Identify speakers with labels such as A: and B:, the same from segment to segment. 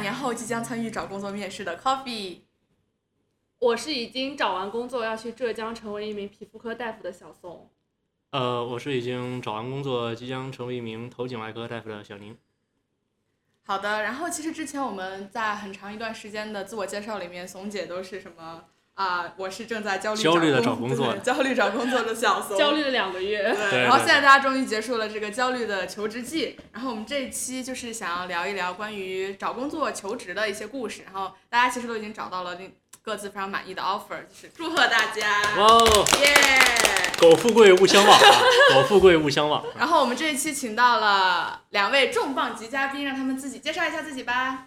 A: 年后即将参与找工作面试的 Coffee。
B: 我是已经找完工作要去浙江成为一名皮肤科大夫的小松。
C: 呃，我是已经找完工作，即将成为一名头颈外科大夫的小宁。
A: 好的，然后其实之前我们在很长一段时间的自我介绍里面，怂姐都是什么啊、我是正在焦虑
C: 焦虑地找
A: 工
C: 工作
A: 对 焦虑找工作的小怂，
B: 焦虑了两个月，
C: 对
A: 然后
C: 对
A: 现在大家终于结束了这个焦虑的求职季，然后我们这一期就是想要聊一聊关于找工作、求职的一些故事。然后大家其实都已经找到了那各自非常满意的 offer，就是祝贺大家，
C: 哇哦，
A: 耶！
C: 苟富贵勿相忘啊！ 苟富贵勿相忘。啊
A: 然后我们这一期请到了两位重磅级嘉宾，让他们自己介绍一下自己吧。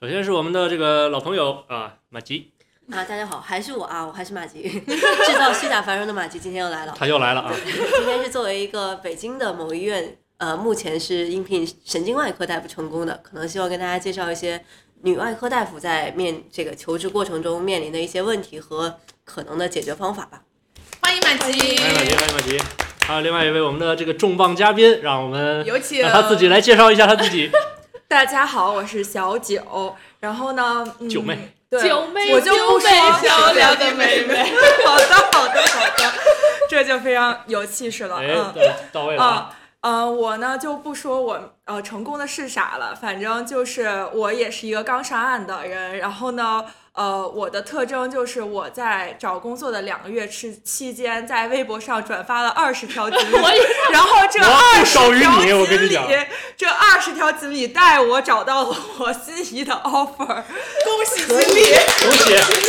C: 首先是我们的这个老朋友啊，马吉，
D: 啊，大家好，还是我啊，我还是马吉，制造虚假繁荣的马吉今天又来了。
C: 他又来了啊。
D: 今天是作为一个北京的某医院，呃，目前是应聘神经外科大夫成功的，可能希望跟大家介绍一些女外科大夫在面这个求职过程中面临的一些问题和可能的解决方法吧。
A: 欢迎满
C: 欢迎马吉，
A: 吉，
C: 欢迎马吉。还有另外一位我们的这个重磅嘉宾，让我们
A: 有请
C: 啊让他自己来介绍一下他自己。
E: 大家好，我是小九。然后呢，嗯、
C: 九妹，
E: 对，
B: 九妹
E: 我就
B: 九
E: 不说
B: 妹
A: 漂亮 的妹妹。
E: 好的，好的，好的，这就非常有气势了。
C: 哎，
E: 嗯
C: 对到位了啊。
E: 啊。呃，我呢就不说我呃成功的是啥了，反正就是我也是一个刚上岸的人。然后呢，呃，我的特征就是我在找工作的两个月期期间，在微博上转发了二十 条锦鲤
B: 我也，
E: 然后这
C: 我
E: 二
C: 不
E: 十
C: 少于
E: 条
C: 你我跟你
E: 锦
C: 讲
E: 鲤，这二十条锦鲤带我找到了我心仪的 offer，
A: 恭喜经理。
C: 恭喜！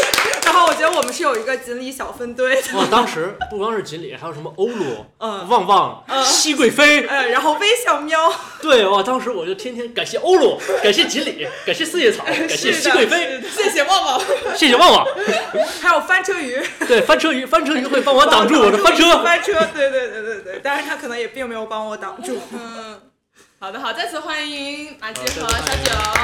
E: 然后我觉得我们是有一个锦鲤小分队的，
C: 哇，当时不光是锦鲤，还有什么欧鲁、
E: 嗯
C: 旺旺、熹贵妃。
E: 呃，然后微笑喵，
C: 对，哇，当时我就天天感谢欧鲁，感谢锦鲤，感谢四 叶 草，感谢熹贵妃，
A: 谢谢旺旺。
C: 谢谢旺旺。
E: 还有翻车鱼。
C: 对，翻车鱼，翻车鱼会帮我挡住我的翻 车。
E: 翻车，对对对对对，但是他可能也并没有帮我挡住。
A: 嗯，好的好，再次欢迎马吉和
C: 好
A: 小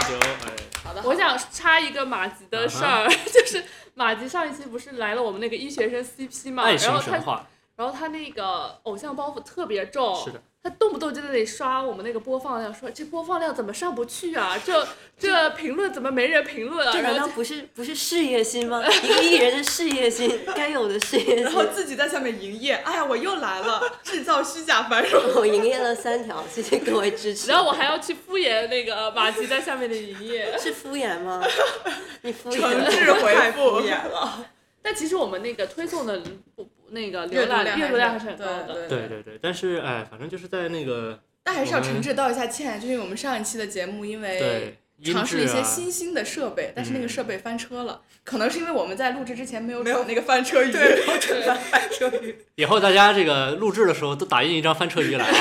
A: 九。哎好的，
B: 我想插一个马吉的事儿， 就是马吉上一期不是来了我们那个医学生 CP 嘛，
C: 爱
B: 然
C: 情
B: 后
C: 神
B: 他
C: 话，
B: 然后他那个偶像包袱特别重，
C: 是的，
A: 哦
B: 他动不动就在那里刷我们那个播放量，说这播放量怎么上不去啊？这这评论怎么没人评论啊？
D: 这难
B: 然
D: 道
B: 后
D: 不是不是事业心吗？一个艺人的事业心，该有的事业
E: 然后
D: 心。
E: 自己在下面营业，哎呀，我又来了，制造虚假 繁荣。
D: 我营业了三条，谢谢各位支持。
B: 然后我还要去敷衍那个马吉在下面的营业。
D: 是敷衍吗？你敷衍
E: 诚
D: 了。
E: 挚回
A: 太敷
E: 复，
A: 衍
E: 了。
B: 但其实我们那个推送的不不那个
A: 阅
B: 浏
A: 读
B: 览阅读量还是
A: 是
B: 很高
A: 对
B: 的。
C: 对对对，但是哎，反正就是在那个
A: 但还是要诚挚道一下歉，就因为我们上一期的节目因为
C: 对音
A: 哎尝试了
C: 质
A: 一些
C: 啊，
A: 新兴的设备，但是那个
C: 嗯
A: 设备翻车了，可能是因为我们在录制之前没有
E: 没有
A: 找那个翻车鱼。
E: 对，标准的翻车鱼。
C: 以后大家这个录制的时候都打印一张翻车鱼来啊，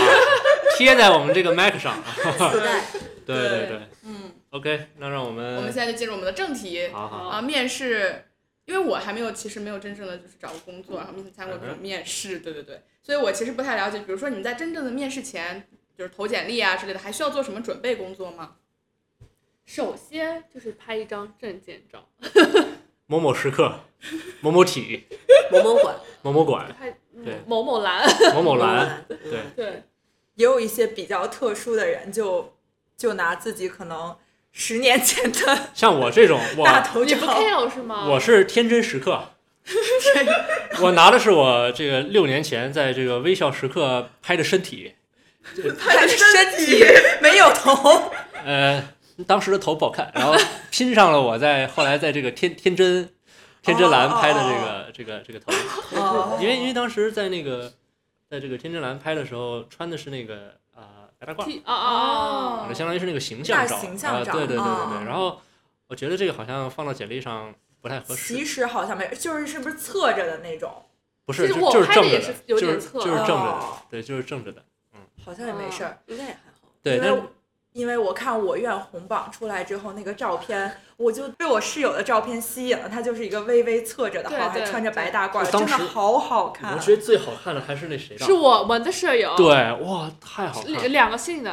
C: 贴在我们这个 Mac 上。啊
D: 自带。
C: 对
B: 对
C: 对
A: 嗯，
C: ，OK，那让我们
A: 我们现在就进入我们的正题
C: 好嗯好
A: 啊，面试。因为我还没有，其实没有真正的就是找过工作，然后没有参加过这种
C: 嗯
A: 面试，对对对，所以我其实不太了解。比如说你们在真正的面试前，就是投简历啊之类的，还需要做什么准备工作吗？
B: 首先就是拍一张证件照，
C: 某某时刻、某某体、
D: 某某馆，
C: 某某馆、
B: 拍
C: 对
B: 某某栏。
C: 某某
D: 某
C: 栏，，对
D: 嗯
B: 对，
E: 也有一些比较特殊的人就，就拿自己可能十年前的
C: 像我 这种，
E: 大
C: 我
E: 头
B: 你
E: 照
B: 不 care 是吗？
C: 我是天真时刻。啊 我拿的是我这个六年前在这个微笑时刻拍的身体，
E: 拍的身体没有头，
C: 呃，当时的头不好看，然后拼上了我在后来在这个天天真天真
B: 哦
C: 蓝拍的这个、这个这个头，
E: 哦
C: 因为因为当时在那个在这个天真蓝拍的时候穿的是那个啊、呃白大褂，
B: T 啊啊
A: 哦
B: 啊！
C: 相当于是那个形象照，
E: 大形象照
C: 啊、对对对对对。
E: 哦
C: 然后我觉得这个好像放到简历上不太合
E: 其
C: 适，
E: 实好像没，就是是不是侧着的那种，
C: 不是
B: 其
C: 就
B: 实我
C: 就是
B: 拍的
C: 正着
B: 也
C: 的
B: 是，有
C: 就
B: 点
C: 是
B: 侧
C: 就是正着的，
E: 哦
C: 对，就是正着的，
E: 好像也没事儿。
D: 应该也还好。
C: 对，
E: 因
C: 但
E: 为因为我看我院红榜出来之后那个照片，我就被我室友的照片吸引了，他就是一个微微侧着的，
B: 对
E: 好还
B: 对
E: 穿着白大褂，
C: 对
E: 真
C: 当
E: 的
C: 时
E: 好好看啊
C: 我。觉得最好看的还是那谁照
B: 是。我们的舍友，
C: 对，哇，太好看
B: 两
C: 了！
B: 两个姓的，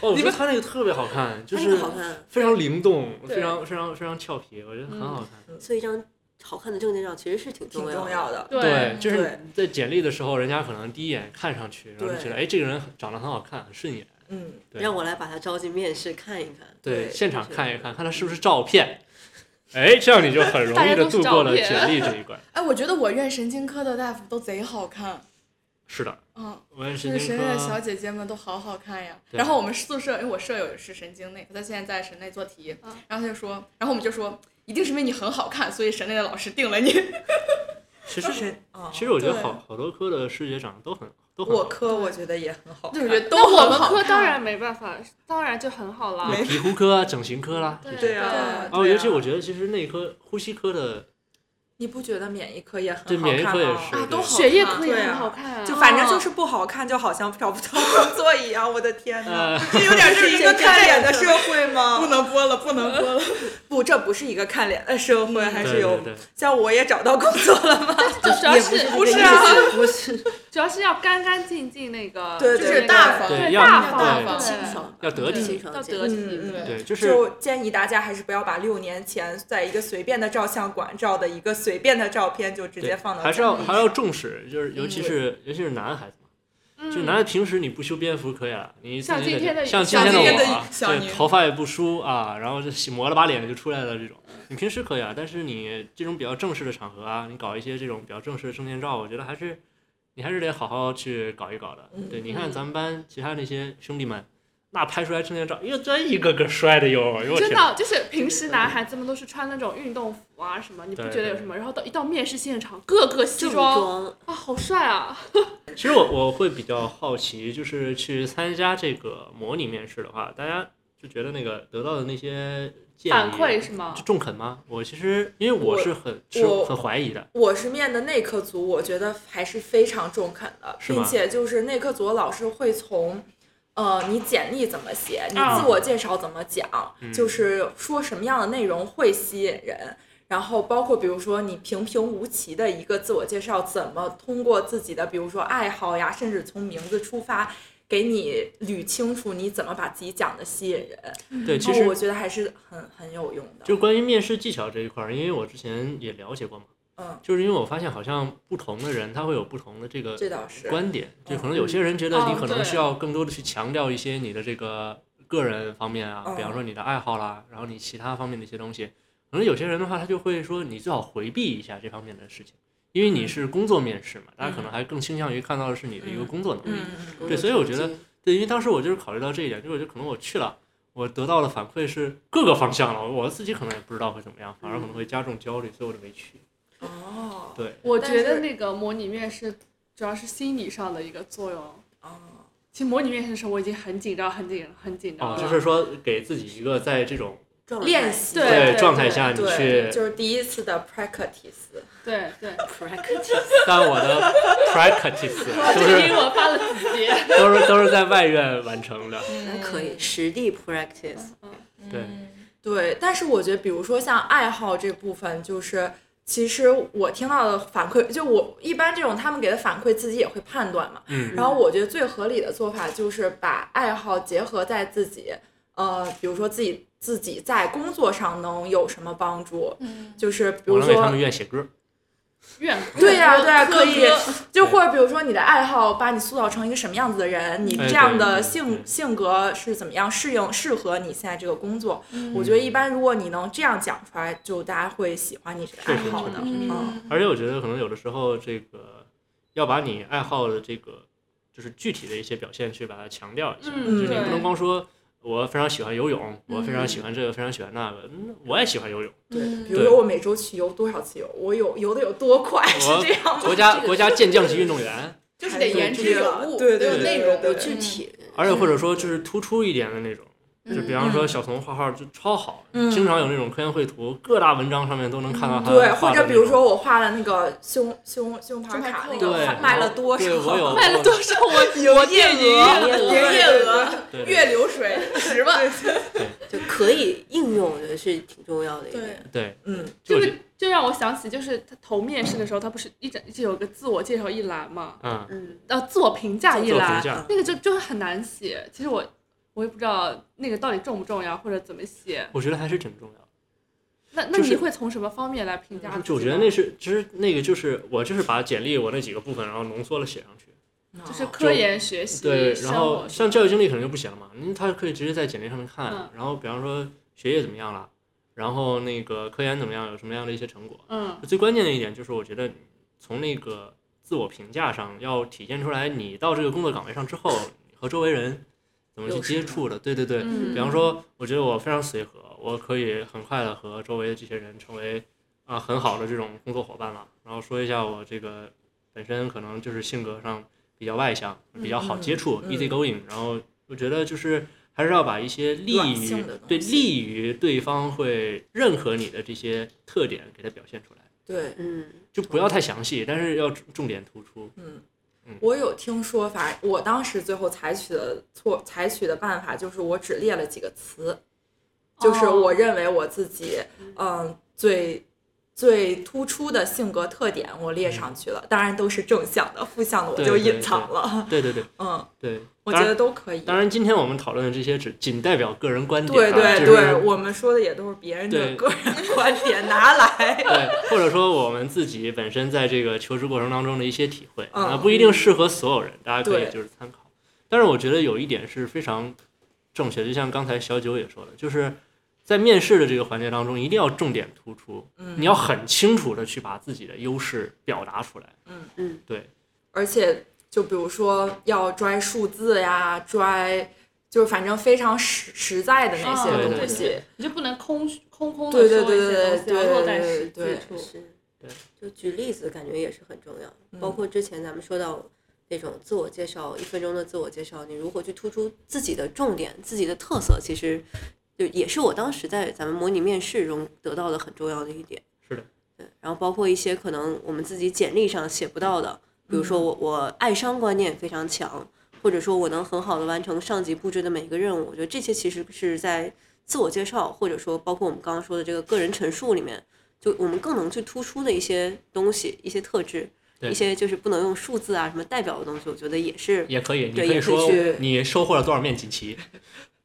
C: 哦，我觉
B: 你
C: 得
B: 们
C: 他那个特别好看，就
D: 它那
C: 是
D: 个好看，
C: 非常灵动，
B: 对
C: 非常非常非常俏皮，我觉得很好看。
D: 所以一张好看的证件照其实是挺
E: 挺
D: 重
E: 重
D: 的。
E: 要的，
B: 对，
C: 就是你在简历的时候，人家可能第一眼看上去，然后就
E: 对
C: 觉得哎，这个人长得很好看，很顺眼，
E: 嗯，
C: 对
D: 让我来把它招进面试看一看。
C: 对，
E: 对
C: 现场
D: 是
C: 看一看，看他是不是照片。哎，这样你就很容易的度过了简历这一关。
A: 哎，我觉得我院神经科的大夫都贼好看，
C: 是的，
A: 嗯，
C: 我也
A: 就是
C: 神
A: 神
C: 经
A: 内的小
C: 科，
A: 姐姐们都好好看呀。
C: 对
A: 然后我们宿舍，因为我舍友也是神经内，她现在在神内做题，
B: 啊
E: 嗯
A: 然后她就说，然后我们就说，一定是因为你很好看，所以神内的老师定了你。
C: 其实
E: 是啊，
C: 其实我觉得
A: 对
C: 好好多科的师姐长得都很都很
E: 我
C: 好看，
E: 科我觉得也很好看，
A: 对，我觉得都
B: 那我
A: 很
B: 们
A: 好
B: 科
A: 看。
B: 当然没办法，当然就很好啦。
C: 有皮肤科啊、整形科啦，
B: 对
E: 对
A: 啊
E: 啊，
C: 哦，尤其我
E: 得
C: 觉得其实内科、呼吸科的，
E: 你不觉得免疫科也很好
C: 对
E: 看吗？
C: 免疫科也是
A: 啊，都好看
B: 血液科也
E: 对啊
B: 很好看啊，
E: 就反正就是不好看，就好像找不到工作一样。我的天哪，
C: 呃，
E: 这有点是一个看脸的社会吗？
A: 不能播了，不能播了。
E: 不，这不是一个看脸的社会，还是
C: 对
E: 有
C: 呃对对，
E: 像我也找到工作了吗？
B: 就主要是
D: 不是
B: 啊，
D: 不是
B: 主要是要干干净净那个，
E: 对
B: 就
E: 对
B: 是
E: 对
A: 大方
B: 对
C: 对要
B: 大
A: 大
B: 方
A: 方
D: 清爽，
C: 要得
B: 对
C: 体，
D: 清爽
B: 要
D: 健
B: 得体，
E: 嗯
B: 嗯对。
C: 对，就是
E: 就建议大家还是不要把六年前在一个随便的照相馆照的一个随便的照片就直
C: 对
E: 接放到
C: 还是要
E: 家里
C: 还要重视，就是尤其
E: 嗯
C: 是尤其是男孩子嘛，
B: 嗯
C: 就是男孩子平时你不修边幅可以了，你自
B: 像
C: 己
B: 今
C: 在
B: 天的
C: 像今
A: 像今天
C: 天
A: 的
C: 我啊，
A: 小
C: 对，
A: 宁
C: 头发也不梳啊，然后就洗抹了把脸就出来了这种，你平时可以啊，但是你这种比较正式的场合啊，你搞一些这种比较正式的证件照，我觉得还是你还是得好好去搞一搞的。
B: 嗯
C: 对，你看咱们班其他那些兄弟们，那拍出来证件照，哟，真一个个帅的哟，哎呦我
B: 真
C: 天，
B: 的就是平时男孩子们都是穿那种运动服啊什么，你不
C: 对
B: 觉得有什么？然后到一到面试现场，个个西
D: 正
B: 装
D: 装，
B: 啊，好帅啊！
C: 其实我我会比较好奇，就是去参加这个模拟面试的话，大家就觉得那个得到的那些建议啊
B: 反馈是吗
C: 就？中肯吗？我其实因为我是很是
E: 我
C: 很怀疑的，
E: 我是面的内科组，我觉得还是非常中肯的，
C: 是吗
E: 并且就是内科组的老师会从，呃，你简历怎么写，你
B: 啊
E: 自我介绍怎么讲，
C: 嗯
E: 就是说什么样的内容会吸引人，然后包括比如说你平平无奇的一个自我介绍，怎么通过自己的比如说爱好呀，甚至从名字出发。给你捋清楚你怎么把自己讲的吸引人，
C: 对，其
E: 哦然后我
C: 实
E: 觉得还是很很有用的。
C: 就关于面试技巧这一块儿，因为我之前也了解过嘛，
E: 嗯，
C: 就是因为我发现好像不同的人他会有不同的这个
E: 这倒是。
C: 观点，就
E: 嗯
C: 可能有些人觉得
B: 哦
C: 你可能
B: 对
C: 需要更多的去强调一些你的这个个人方面啊，
E: 嗯
C: 比方说你的爱好啦，然后你其他方面的一些东西。可能有些人的话，他就会说你最好回避一下这方面的事情，因为你是工作面试嘛，大家可能还更倾向于看到的是你的一个工作能力。
E: 嗯嗯嗯嗯
C: 对所以我觉得对，因为当时我就是考虑到这一点，就是我觉得可能我去了，我得到的反馈是各个方向了，我自己可能也不知道会怎么样，反而可能会加重焦虑，所以我就没去。
E: 哦
C: 对，
B: 我觉
E: 但
B: 得
E: 是
B: 那个模拟面试主要是心理上的一个作用。
E: 哦，
B: 其实模拟面试的时候，我已经很紧张，很紧张，很紧张
C: 哦
B: 了。，
C: 就是说给自己一个在这种
D: 状态
E: 练习
B: 对对
C: 状态下你
E: 对，
C: 去
E: 就是第一次的 practice。
B: 对对，
D: practice，
C: 但我的 practice
B: 这
C: 都
B: 个英
C: 是
B: 文发的子节。
C: 都是都是在外院完成的。
D: 那可
B: 嗯
D: 以实地 practice，
C: 嗯对，
E: 对，但是我觉得，比如说像爱好这部分，就是其实我听到的反馈，就我一般这种他们给的反馈，自己也会判断嘛。
C: 嗯，
E: 然后我觉得最合理的做法就是把爱好结合在自己，呃，比如说自己自己在工作上能有什么帮助，
A: 嗯，
E: 就是比
C: 我
E: 如
C: 能给他
E: 说
C: 们院写歌。
B: 愿
E: 对呀、对呀、可以
A: 歌，
E: 就或者比如说你的爱好把你塑造成一个什么样子的人，你
C: 哎
E: 这
C: 对
E: 样的
C: 对
E: 性、
C: 对
E: 性格是怎么样适应适合你现在这个工作、
A: 嗯
E: 我觉得一般如果你能这样讲出来，就大家会喜欢你这个
C: 确
E: 爱
C: 实
E: 好
C: 确
E: 的。
C: 实
E: 嗯，
A: 嗯，
C: 而且我觉得可能有的时候这个要把你爱好的这个就是具体的一些表现去把它强调一下，
B: 嗯
C: 就是你
E: 对
C: 不能光说我非常喜欢游泳，我
E: 嗯
C: 非常喜欢这个，非常喜欢那个，嗯，我也喜欢游泳。
E: 对，比
A: 对
E: 如说我每周去游多少次游，我游游的有多快， 是
C: 我
E: 哦这样吗？
C: 国家国家健将级运动员，
A: 就是得言之有物，
E: 对
A: 得
E: 对
A: 有
E: 对
A: 内
E: 对
A: 容，
E: 对
D: 有具体，
E: 嗯
C: 而且或者说就是突出一点的那种。就比方说小童画画就超好，
E: 嗯
C: 经常有那种科研绘图，各大文章上面都能看到他
E: 对，
C: 画
E: 或
C: 的
E: 者比
C: 那
E: 如
C: 种
E: 说我画了那个胸胸胸牌
A: 胸牌
E: 卡
A: 扣
E: 那
C: 对
E: 个画卖了多少，
C: 对我有
B: 卖了多少我我店营业
E: 对
A: 营
E: 对
A: 业额、
C: 对
A: 月流水十万，
D: 就可以应用的是挺重要的一
A: 对
D: 点。
C: 对，
E: 嗯，
B: 这
C: 就我觉
B: 个就让我想起，就是他投面试的时候，他不是一整就有个自我介绍一栏嘛，
C: 嗯，
D: 嗯，
B: 呃，自我评价一
C: 做
B: 栏
C: 评，价，
B: 那个就就是很难写。其实我我也不知道那个到底重不重要，或者怎么写。
C: 我觉得还是挺重要的。
B: 那那
C: 就是
B: 你会从什么方面来评价自己呢？
C: 就我觉得那是，其实那个就是我就是把简历我那几个部分，然后浓缩了写上去。
B: 就是科研学习、
C: 对，
B: 生
C: 然后
B: 活
C: 像教育经历可能就不写了嘛，因为他可以直接在简历上面看。
B: 嗯
C: 然后比方说学业怎么样了，然后那个科研怎么样，有什么样的一些成果。
B: 嗯
C: 最关键的一点就是，我觉得从那个自我评价上，要体现出来你到这个工作岗位上之后，你和周围人怎么去
D: 有什么
C: 接触的。对对对，
B: 嗯
C: 比方说，我觉得我非常随和，我可以很快的和周围的这些人成为啊、很好的这种工作伙伴了。然后说一下我这个本身可能就是性格上比较外向，比较好接触、
E: 嗯
C: e a s y going。然后我觉得就是还是要把一些利
E: 软性
C: 于
E: 的东
C: 对
E: 西
C: 利于对方会认可你的这些特点给它表现出来，
E: 对，
D: 嗯，
C: 就不要太详细，但是要重重点突出。
E: 我有听说法，反正我当时最后采取的措采取的办法就是我只列了几个词，就是
B: 哦
E: 我认为我自己嗯最最突出的性格特点我列上去了，当然都是正向的，负向的
C: 嗯
E: 我
C: 对
E: 就
C: 对
E: 隐藏了。
C: 对对对
E: 嗯，
C: 对，
E: 我
C: 当
E: 觉
C: 然
E: 得都可以。
C: 当然，今天我们讨论的这些只仅代表个人观点、
E: 对
C: 啊，
E: 对
C: 就是
E: 对，我们说的也都是别人的
C: 对
E: 个人 观点，拿来。
C: 对，或者说我们自己本身在这个求职过程当中的一些体会
E: 嗯
C: 啊，不一定适合所有人，大家可以
E: 对
C: 就是参考。但是我觉得有一点是非常正确的，就像刚才小九也说的，就是在面试的这个环节当中，一定要重点突出，
E: 嗯
C: 你要很清楚的去把自己的优势表达出来。
E: 而且就比如说要拽数字呀，拽就是反正非常实实在的那些
B: 啊
E: 东
C: 对
E: 西。
B: 对你就不能空空空的
E: 对
B: 说一
E: 对
B: 些
E: 对对
B: 东西，要
E: 对
B: 落在
E: 对
B: 实际
E: 对
B: 处。
D: 是
C: 对，
D: 就举例子感觉也是很重要，
E: 嗯
D: 包括之前咱们说到那种自我介绍，一分钟的自我介绍，你如何去突出自己的重点、自己的特色，其实就也是我当时在咱们模拟面试中得到的很重要的一点。
C: 是的，
D: 对，然后包括一些可能我们自己简历上写不到的，比如说我我爱商观念非常强，或者说我能很好的完成上级布置的每一个任务，我觉得这些其实是在自我介绍，或者说包括我们刚刚说的这个个人陈述里面，就我们更能去突出的一些东西、一些特质，
C: 对
D: 一些就是不能用数字啊什么代表的东西，我觉得也是
C: 也可以，你
D: 对
C: 可以
D: 也可以
C: 说
D: 去
C: 你收获了多少面锦 旗，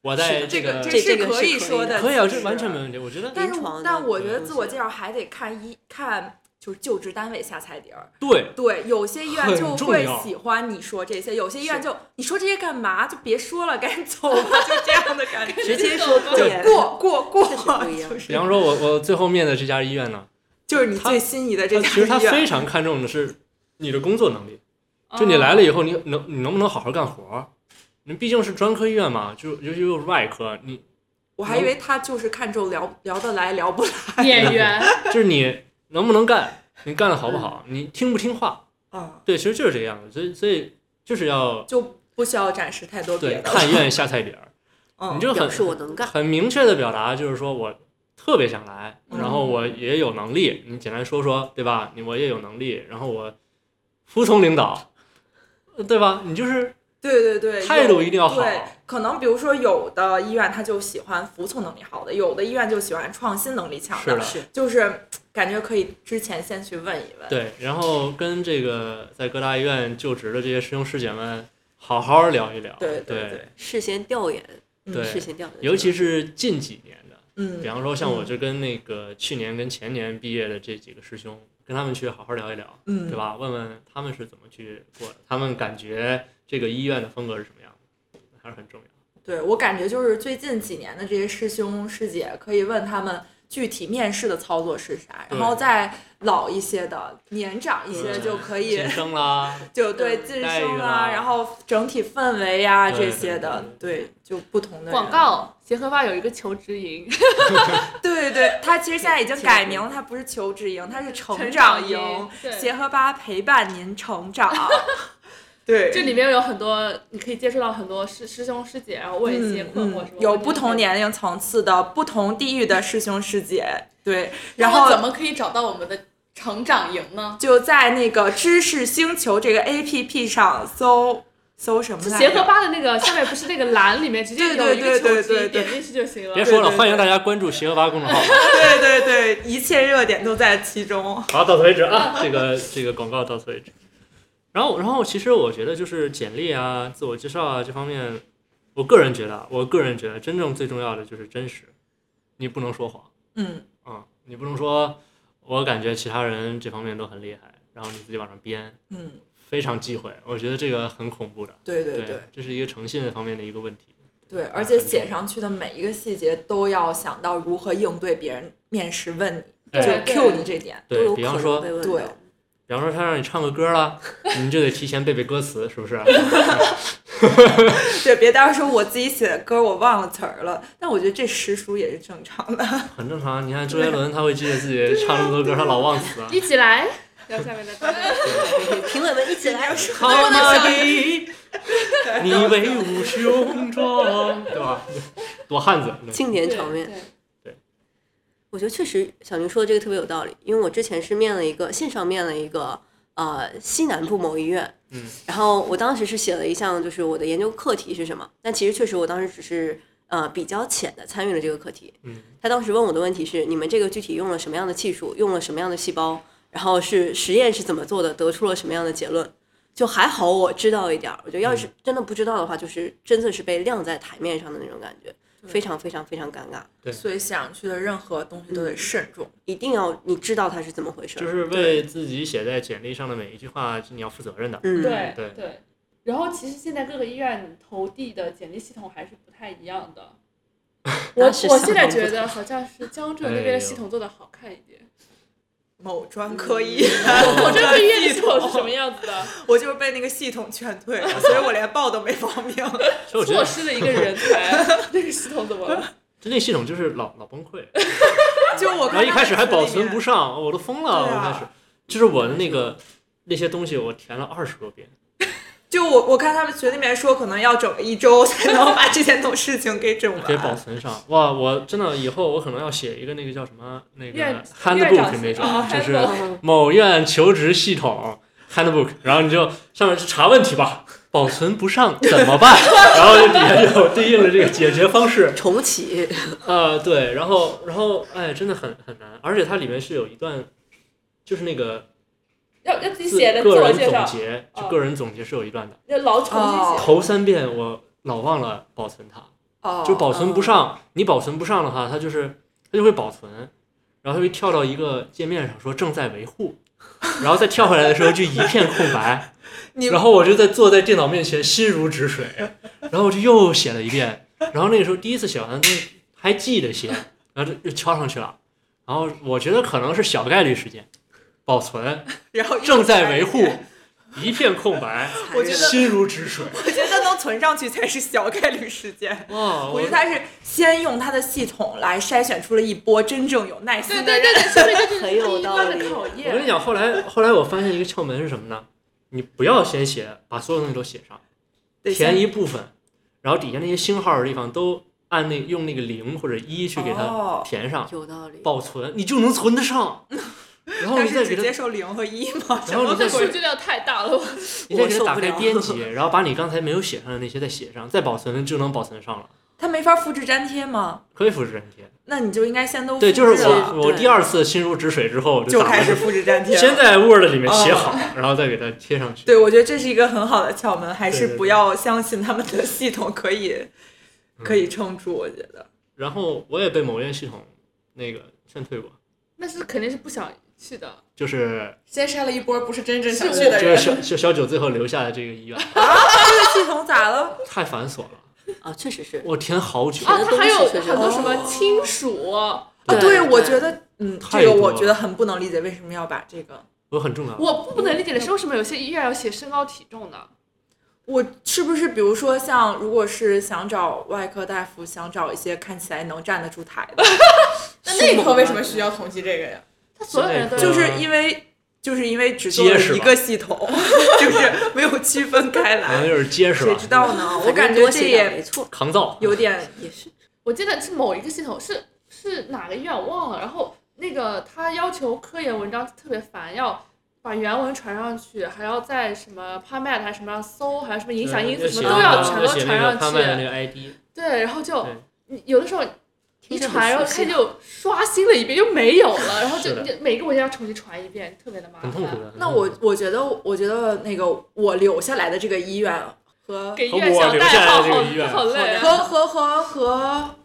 C: 我在
E: 这
C: 个
E: 这
D: 这这
E: 是
D: 个是
E: 可以
D: 可以
E: 说
D: 的
E: 的，
C: 可以啊，
E: 其
C: 这
E: 实
C: 完全没问题。我觉得
E: 但是
D: 临床的
E: 但我觉得
D: 东
E: 自我
D: 西
E: 介绍还得看一看，就是就职单位下菜碟儿。
C: 对，
E: 对，有些医院
C: 很
E: 就
C: 重
E: 会
C: 要
E: 喜欢你说这些，有些医院就你说这些干嘛？就别说了，赶紧 走吧，就这样的感觉。
D: 直接说
B: 这
D: 科研，
E: 过过过
D: 确实不一，样
E: 就
C: 比
E: 是
C: 方说我我最后面的这家医院呢，
E: 就是你
C: 他
E: 最心仪的这
C: 它
E: 家
C: 其实它
E: 医
C: 非
E: 院。
C: 常看重的是你的工作能力。
B: 哦
C: 就你来了以后，你能你能不能好好干活儿？你毕竟是专科医院嘛，就尤其又是外科，你
E: 我还以为他就是看重聊聊得来聊不来
B: 演 员，
C: 就是你能不能干，你干的好不好，你听不听话，
E: 啊，
C: 对，其实就是这个样子，所以所以就是要
E: 就不需要展示太多别
C: 对
E: 的了。
C: 看院下菜碟儿，
E: 嗯
C: 你就
D: 表
C: 很
D: 示我能干。
C: 很明确的表达，就是说我特别想来，
E: 嗯
C: 然后我也有能力，你简单说说，对吧？你我也有能力，然后我服从领导，对吧？你就是
E: 对对对，
C: 态度
E: 有
C: 一定要好
E: 对，可能比如说有的医院他就喜欢服从能力好的，有的医院就喜欢创新能力强
C: 是的，
E: 就是感觉可以之前先去问一问。
C: 对，然后跟这个在各大医院就职的这些师兄师姐们好好聊一聊。
E: 对
C: 对
E: 对，
D: 事先调研，
E: 嗯
C: 对
D: 事先调研，
C: 尤其是近几年的，
E: 嗯
C: 比方说像我就跟那个去年跟前年毕业的这几个师兄，跟他们去好好聊一聊，
E: 嗯，
C: 对？吧？问问他们是怎么去过的，他们感觉这个医院的风格是什么样的，还是很重要。
E: 对我感觉就是最近几年的这些师兄师姐，可以问他们具体面试的操作是啥，
C: 对
E: 然后再老一些的、年长一些
C: 对
E: 就可以
C: 晋升 啦，
E: 就对晋
C: 待遇
E: 升
C: 啦
E: 啊，然后整体氛围呀、
C: 对
E: 这些的，对，就不同的人
B: 广告，协和发有一个求职营，
E: 对对，它其实现在已经
D: 求
E: 改
D: 职
E: 名了，它不是求职营，它是成
B: 成
E: 长
B: 长
E: 营
B: 营，，对，
E: 协和吧陪伴您 成长。对，
B: 这里面有很多你可以接触到很多师师兄师姐，然啊后问一些
E: 嗯
B: 困惑
E: 嗯
B: 什么，
E: 有不同年龄层次的、不同地域的师兄师姐。对，然
A: 那么怎
E: 后
A: 么可以找到我们的成长营呢？
E: 就在那个知识星球这个 APP 上搜搜什么来着？
B: 协和吧的那个下面不是那个栏里面直接
E: 对对
B: 有一个
E: 对
B: 求
E: 对
B: 职
E: 对
B: 营，点进去就行了
C: 别。说
E: 对
C: 了，
E: 对
C: 欢迎大家关注协和吧公众号。
E: 对对对，一切热点都在其中。
C: 好，到此为止啊，这个这个广告到此为止。然后，然后其实我觉得就是简历啊、自我介绍啊这方面，我个人觉得啊，我个人觉得真正最重要的就是真实，你不能说谎
E: 嗯，
C: 啊、你不能说我感觉其他人这方面都很厉害，然后你自己往上编，
E: 嗯，
C: 非常忌讳，我觉得这个很恐怖的。
E: 对
C: 对
E: 对对
C: 这是一个诚信方面的一个问题。
E: 对，
C: 啊
E: 而且
C: 很重
E: 写
C: 要
E: 上去的每一个细节都要想到如何应对别人面试问你，
C: 哎
E: 就
B: 对
E: Q 你这点。
D: 都有
C: 对
D: 可
C: 比方
D: 能
C: 说，
D: 被问
E: 对
D: 到
C: 比方说他让你唱个歌了，你就得提前背背歌词，是不啊 是？
E: 对，别到时候我自己写的歌我忘了词儿了，但我觉得这实属也是正常的。
C: 很正常。你看周杰伦，他会记得自己唱那么多歌，他老忘 词啊。
B: 一起来聊 下面的评论。
D: 评委们一起来，
C: 好马的，你威武雄壮，对吧？多汉子，对
D: 庆典场面。我觉得确实小宁说的这个特别有道理，因为我之前是面了一个线上面了一个呃西南部某医院，
C: 嗯，
D: 然后我当时是写了一项就是我的研究课题是什么，但其实确实我当时只是呃比较浅的参与了这个课题，
C: 嗯，
D: 他当时问我的问题是你们这个具体用了什么样的技术，用了什么样的细胞，然后是实验是怎么做的，得出了什么样的结论。就还好，我知道一点儿。我觉得要
C: 嗯
D: 是真的不知道的话，就是真的是被晾在台面上的那种感觉，非常非常非常尴尬。
E: 所以写上去的任何东西都得慎重。
D: 一定要你知道它是怎么回事儿。
C: 就是为自己写在简历上的每一句话，你要负责任的。
D: 嗯，
B: 对
C: 对
B: 对。然后其实现在各个医院投递的简历系统还是不太一样的。 我
D: 那是
B: 我
D: 相
B: 现在
D: 当不
B: 觉
D: 同
B: 得好像是江浙那边的系统做的好看一点。
E: 某专科医院，
C: 哎
B: 我这个医院的系
E: 系
B: 统
E: 统
B: 是什么样子的？
E: 我就是被那个系统劝退 了，所以我连报都没报名。
C: 其 实我觉
B: 错
C: 得
B: 失了一个人才，这个系统怎么 了？
C: 就那系统就是老老崩溃，
E: 就我
C: 然后一开始还保存不
E: 上，
C: 上，哦我都疯了。
E: 对
C: 我
E: 啊
C: 开始就是我的那个那些东西，我填了二十多遍。
E: 就我我看他们群里面说，可能要整个一周才能把这件事情给整
C: 给保
E: 完。
C: 存上。哇，我真的以后我可能要写一个那个叫什么那
B: 院
C: 个
B: 院长
C: handbook
B: 系
C: 那种
B: 哦，
C: 就是
B: handbook
D: 嗯
C: 某院求职系统 handbook，然后你就上面是查问题吧，保存不上 怎么办？然后就底下就有对应的这个解决方式。
D: 重启，
C: 啊，对，然后然后哎，真的很很难，而且它里面是有一段，就是那个
B: 要要自己
C: 自
B: 写的自
C: 个
B: 我
C: 人
B: 介
C: 总
B: 绍，
C: 结，就
B: 哦
C: 个人总结是有一段的，
B: 要老重新
E: 哦
B: 写。
C: 头三遍我老忘了保存它。
E: 哦
C: 就保存不
B: 嗯
D: 哦
C: 上。你保存不上的话，它就是它就会保存，然后它会跳到一个界面上说正在维护，然后再跳回来的时候就一片空白。
E: 你
C: 然后我就在坐在电脑面前心如止水，然后我就又写了一遍。然后那个时候第一次写完的东西还记得写，然后就就敲上去了。然后我觉得可能是小概率事件，保存
E: 然后
C: 正在维 护，一片空白，
E: 我觉得
C: 心如止水。
E: 我觉得能存上去才是小概率事件。
C: 哇，
E: 我觉得他是先用他的系统来筛选出了一波真正有耐心
B: 对
E: 的人。
B: 对对对，说明这就是
D: 很有
B: 一
D: 道
B: 关的
D: 理
B: 考
C: 我跟你
B: 验。
C: 讲，后来后来我发现一个窍门是什么呢？你不要先写，把所有东西都写上，
E: 对
C: 填
E: 先
C: 一部分，然后底下那些星号的地方都按那用那个零或者一去给它
E: 哦
C: 填上，
D: 有道理。
C: 保存，你就能存得上。 然后
E: 但
C: 你再
E: 是
C: 给
E: 只
C: 它
E: 接受零和一嘛，
C: 然后你
B: 这
C: 再
B: 数
C: 给
B: 据量太大了，我
C: 你再给
D: 我
C: 它
D: 受
C: 打
D: 不
C: 开
D: 了
C: 编辑，然后把你刚才没有写上的那些再写上，再保存就能保存上了，
E: 他没法复制粘贴吗？
C: 可以复制粘贴。
E: 那你就应该先都
C: 对，
E: 复
C: 就是
E: 制了
C: 我我
D: 对
C: 第二次心如止水之后
E: 就
C: 打
E: 开
C: 开
E: 始复制粘贴了。啊
C: 先在 Word 里面写好，然后再给它贴上去。
E: 对，我觉得这是一个很好的窍门，还
C: 对
E: 是
C: 对
E: 不
C: 对
E: 要相信他们的系统可以可以撑住。我觉得
C: 嗯然后我也被某院系统那个劝退过，
B: 那是肯定是不想去的。
C: 就是
A: 先筛了一波不是真正想
B: 是
A: 去的
C: 就是
A: 人，
C: 小小小九最后留下的这个医院
E: 这系统 咋了？
C: 太繁琐了，
D: 啊，确实是。
C: 我填好久，
B: 啊，
D: 的
B: 它还
D: 东西
B: 有
D: 确实哦
B: 很多
E: 是
B: 什么亲属，
E: 啊，
D: 对
E: 对，
D: 对
E: 我觉得，嗯，
C: 太
E: 这个我
C: 多
E: 觉
C: 了
E: 得很不能理解，为什么要把这个？
C: 我很重要。
B: 我不能理解的是为什么有些医院要写身高体重呢？
E: 我是不是比如说像，如果是想找外科大夫，想找一些看起来能站得出台的，
A: 那内科为什么需要统计这个呀？
B: 他所有人都
E: 就
B: 有
E: 是因为就是因为只做
C: 嗯结
E: 了
C: 实
E: 一
C: 吧
E: 个系统， 就是没有区分开
C: 可能
E: 来，
C: 有点结嗯实吧
E: 谁，知 道呢？我
D: 反正
E: 感觉
D: 多
E: 这
D: 写点
E: 也
D: 没错，
C: 扛造。
E: 有点
D: 也是
B: 我记得是某一个系统，是是哪个医院我忘了。然后那个他要求科研文章特别烦，要把原文传上去，还要在什么 PubMed 啊还是什么搜，还有什么影响因
C: 就
B: 子
C: 写
B: 什
C: 那
B: 么
C: 个
B: 都要全
C: 就
B: 都
C: 呃写
B: 传
C: 那个他
B: 上
C: 卖的那
B: 去。
C: 个 ID，
B: 对，然后就
C: 对
B: 你有的时候一
D: 听着
B: 传，然后
D: 很熟
B: 它
D: 悉。啊
B: 就刷新了一遍，又没有了，然后就是
C: 的
B: 你每个文件要重新传一遍，特别的麻
C: 很痛苦
B: 烦。
C: 的。嗯
E: 那
C: 很痛苦
E: 我
C: 的
E: 我觉得，我觉得那个我留下来的这个医院和
B: 给医
C: 和
B: 院
C: 我
B: 想
C: 留
B: 代
C: 下来
B: 号，
C: 这个医
B: 好
C: 院
B: 好累啊。
E: 和和和和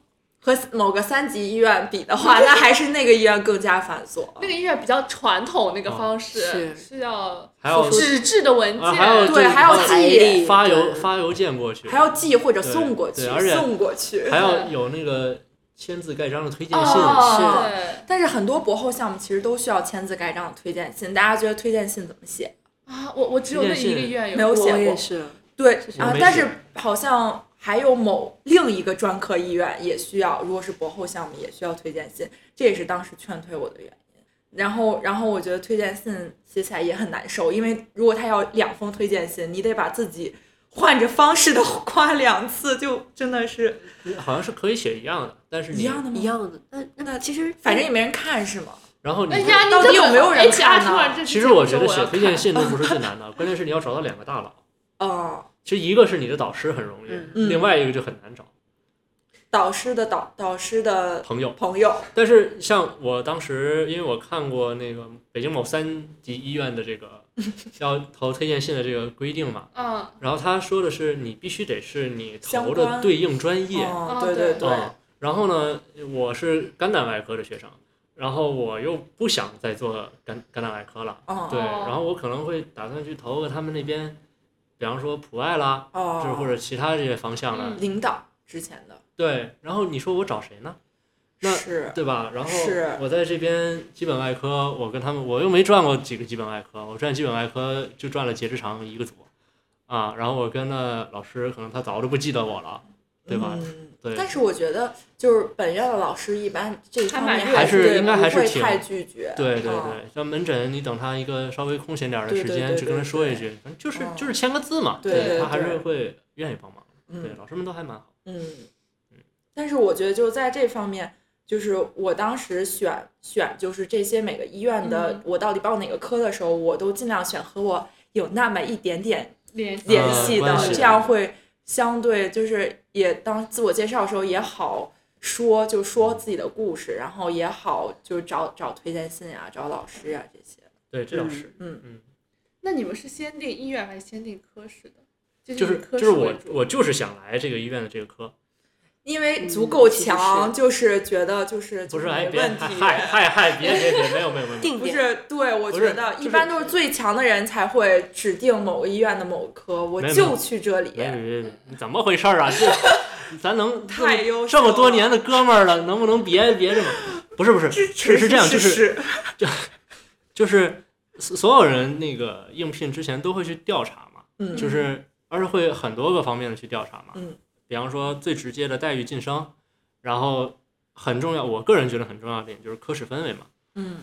E: 和某个三级医院比的话，那还是那个医院更加繁琐。
B: 那个医院比较传统，那个方式
D: 是
B: 是要
C: 还有
B: 纸质的文
C: 嗯啊还有
B: 件，
E: 对，还要
D: 财
E: 寄，
D: 力
C: 发邮
D: 对
C: 发邮件过去，
E: 还要寄或者
C: 对
E: 送过去
C: 对而，且
E: 送过去。
C: 还要有那个签字盖章的推荐信，
B: 哦对
E: 但是很多博后项目其实都需要签字盖章的推荐信，大家觉得推荐信怎么写？
B: 啊，我我只有那一个医院
E: 没有
B: 过
D: 我
E: 写过
D: 也是，
E: 对
C: 我
E: 啊
C: 没，
E: 但
C: 写
E: 是好像还有某另一个专科医院也需要，如果是博后项目也需要推荐信，这也是当时劝退我的原因。然后，然后我觉得推荐信写起来也很难受，因为如果他要两封推荐信，你得把自己换着方式的 夸两次，就真的是
C: 好像是可以写一样的，但是你
E: 一样的吗？
D: 一样的。那那其实
E: 嗯反正也没人看是吗？
C: 然后你
B: 哎呀，你
E: 到底
B: 怎么哎
E: 有没有人
B: HR
E: 看呢
B: 听完这期
C: 其
B: 节
C: 实
B: 目
C: 我觉
B: 之
C: 得
B: 后
C: 写
B: 要
C: 推荐
B: 看
C: 信都不是最难的，关键是你要找到两个大佬。
E: 哦，
C: 其实一个是你的导师很容易，
D: 嗯
E: 嗯
C: 另外一个就很难找
E: 导师的导导师的
C: 朋友。
E: 朋友，
C: 但是像我当时，因为我看过那个北京某三级医院的这个要投推荐信的这个规定嘛，
B: 嗯，
C: 然后他说的是你必须得是你投
E: 相
C: 的
E: 关
C: 对应专业，
E: 哦
B: 哦，
E: 对
B: 对
E: 对，
C: 嗯然后呢，我是肝胆外科的学生，然后我又不想再做肝肝胆外科了，
E: 哦
C: 对，
B: 哦
C: 然后我可能会打算去投个他们那边，比方说普外啦，就是或
E: 哦，
C: 者其他这些方向的，
B: 嗯
E: 领导之前的
C: 对。然后你说我找谁呢？那
E: 是
C: 对吧？然后
E: 是
C: 我在这边基本外科，我跟他们我又没转过几个基本外科，我转基本外科就转了结直肠一个组，啊，然后我跟那老师可能他早都不记得我了，对吧？
E: 嗯
C: 对，
E: 但是我觉得，就是本院的老师一般这一方面
B: 还蛮还
C: 是
E: 是
C: 应该还是
E: 不会
C: 挺
E: 太拒绝。
C: 对对
E: 啊
C: 对，像门诊，你等他一个稍微空闲点儿的
E: 对
C: 时
E: 对
C: 间，
E: 对
C: 去跟他
E: 对
C: 说一
E: 对
C: 句，反正就是
E: 嗯
C: 就是签个字嘛，
E: 对
B: 对
C: 他还
E: 对
C: 是会愿意帮忙。对，
E: 嗯
C: 老师们都还蛮好。
E: 嗯。但是我觉得，就在这方面，就是我当时选选就是这些每个医院的
B: 嗯，
E: 我到底报哪个科的时候，我都尽量选和我有那么一点点
B: 联系
E: 联系
C: 嗯
E: 的
C: 关系，的
E: 这样会相对就是也当自我介绍的时候也好说，就
C: 嗯
E: 说自己的故事，然后也好就找找推荐信啊，找老师啊这些。
C: 对，这倒
D: 嗯
C: 是，
E: 嗯
C: 嗯，
B: 那你们是先定医院还是先定科室的？
C: 就是
B: 以科
C: 就
B: 室
C: 是我
B: 为主
C: 我就是想来这个医院的这个科，
E: 因为
D: 嗯
E: 足够
D: 其实
E: 强，
D: 是
E: 就是觉得就是
C: 不
E: 就是
C: 哎
E: 没
C: 别
E: 问
C: 嗨
E: 题，
C: 嗨嗨嗨别别别没有没有没有，
D: 定
E: 不
D: 点
E: 是对，我
C: 不
E: 觉
C: 是
E: 得
C: 就
E: 一
C: 是
E: 般都是最强的人才会指定某个医院的某个科，我
C: 没有没
E: 就
C: 有
E: 去这里
C: 没，有没有，你怎么回事儿啊？这咱能这
E: 太
C: 么
E: 优秀
C: 这
E: 了，
C: 么多年的哥们儿了，能不能别别这么？不是不是，
E: 支
C: 是
E: 持
C: 是这样，
E: 支
C: 就是
E: 持
C: 就是所所有人那个应聘之前都会去调查嘛，
E: 嗯
C: 就是而是会很多个方面的去调查嘛。
E: 嗯，
C: 比方说最直接的待遇晋升，然后很重要，我个人觉得很重要的点就是科室氛围嘛。
E: 嗯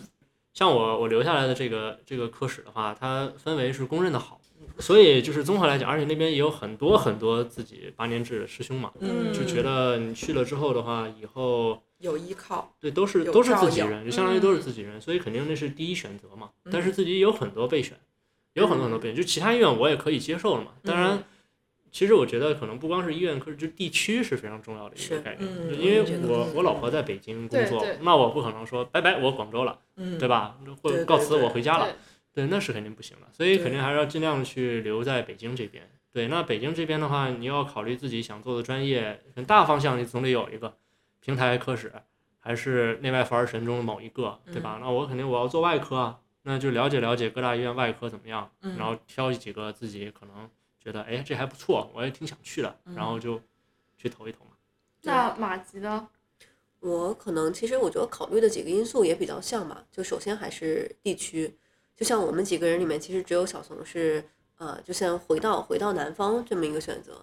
C: 像我我留下来的这个这个科室的话，它氛围是公认的好，所以就是综合来讲，而且那边也有很多很多自己八年制的师兄嘛，
E: 嗯，
C: 就觉得你去了之后的话，以后。
E: 有依靠，
C: 对，都是
E: 有
C: 都是
E: 照
C: 自己
E: 应
C: 人，就相当于都是
B: 嗯
C: 自己人，所以肯定那是第一选择嘛。但
E: 嗯
C: 是自己也有很多备选，也有很多很多备选，就其他医院我也可以接受了嘛。当
E: 嗯
C: 然，其实我觉得可能不光是医院，可是就地区是非常重要的一个
D: 是
C: 概念。
E: 嗯
C: 因为
E: 我觉得
C: 我
E: 是
C: 我老婆在北京工
B: 对
C: 作
B: 对，
C: 那我不可能说拜拜，我广州了，
E: 嗯，
C: 对？吧？或
E: 对
C: 者告
E: 对
C: 辞我
E: 对
C: 回家了，对，那是肯定不行的。所以肯
E: 对
C: 定还是要尽量去留在北京这边。对，那北京这边的话，你要考虑自己想做的专业，可能大方向你总得有一个平台科室，还是内外妇儿神中的某一个，对
E: 嗯
C: 吧？那我肯定我要做外科啊，那就了解了解各大医院外科怎么样，
E: 嗯
C: 然后挑几个自己可能觉得哎这还不错，我也挺想去的，
E: 嗯
C: 然后就去投一投嘛。
B: 那马吉呢？
D: 我可能其实我觉得考虑的几个因素也比较像吧，就首先还是地区，就像我们几个人里面，其实只有小怂是呃，就像回到回到南方这么一个选择，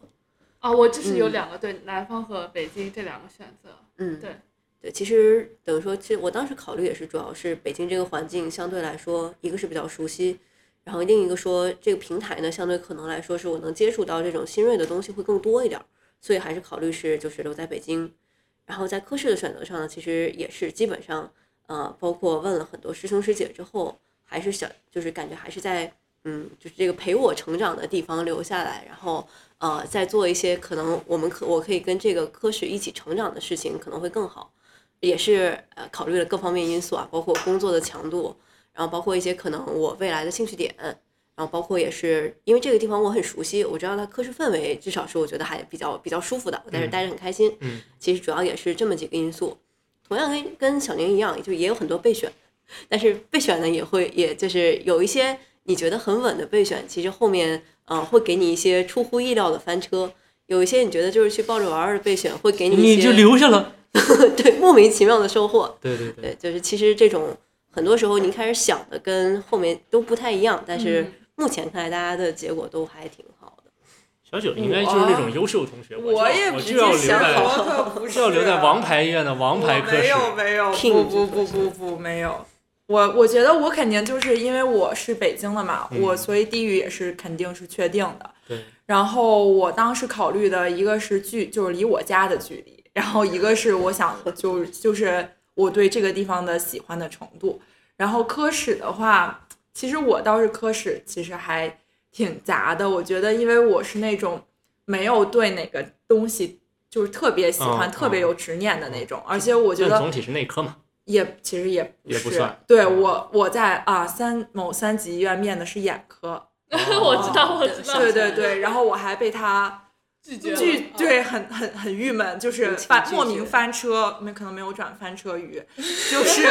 B: 啊，我就是有
D: 嗯
B: 两个对南方和北京这两个选择。
D: 嗯，
B: 对
D: 对，其实等于说，其实我当时考虑也是，主要是北京这个环境相对来说，一个是比较熟悉，然后另一个说这个平台呢，相对可能来说是我能接触到这种新锐的东西会更多一点儿，所以还是考虑是就是留在北京。然后在科室的选择上呢，其实也是基本上，呃，包括问了很多师兄师姐之后，还是想就是感觉还是在嗯，就是这个陪我成长的地方留下来，然后呃，再做一些可能我们可我可以跟这个科室一起成长的事情，可能会更好。也是呃考虑了各方面因素啊，包括工作的强度，然后包括一些可能我未来的兴趣点，然后包括也是因为这个地方我很熟悉，我知道它科室氛围至少是我觉得还比较比较舒服的，我在这
C: 嗯
D: 待着很开心。
C: 嗯，
D: 其实主要也是这么几个因素。同样跟跟小宁一样，就也有很多备选，但是备选呢也会，也就是有一些你觉得很稳的备选，其实后面呃会给你一些出乎意料的翻车。有一些你觉得就是去抱着玩玩的备选，会给一
C: 你
D: 些
C: 就留下了。
D: 对莫名其妙的收获。
E: 嗯
C: 对对对，
D: 对，就是其实这种很多时候你一开始想的跟后面都不太一样，但
E: 嗯
D: 是目前看来大家的结果都还挺好的。
C: 小九应该就是那种优秀同学，我就
E: 也
C: 我
E: 比
C: 就要留
E: 小
C: 在，
E: 罗特不是
C: 就
E: 啊
C: 要留在王牌医院的王牌科
E: 我没
C: 室。
E: 有没有，
D: King
E: 不不不不不没有。我我觉得我肯定就是因为我是北京的嘛，
C: 嗯
E: 我所以地域也是肯定是确定的。
C: 对，
E: 然后我当时考虑的一个是距，就是离我家的距离，然后一个是我想就就是我对这个地方的喜欢的程度。然后科室的话，其实我倒是科室其实还挺杂的，我觉得因为我是那种没有对哪个东西就是特别喜欢、
C: 嗯
E: 特
C: 嗯
E: 别有执念的那种，而且我觉
C: 但嗯
E: 得
C: 总体是内科嘛。
E: 也其实也不
C: 也
E: 是，
C: 不算嗯
E: 对我我在啊三某三级医院面的是眼科，
C: 哦
B: 我知道，我知
D: 对
B: 道，
E: 对对对，然后我还被他
B: 拒绝了
E: 拒，对，很很很郁闷，就是
D: 无情
E: 翻
D: 拒绝
E: 莫名翻车，没可能没有转翻车鱼，就是。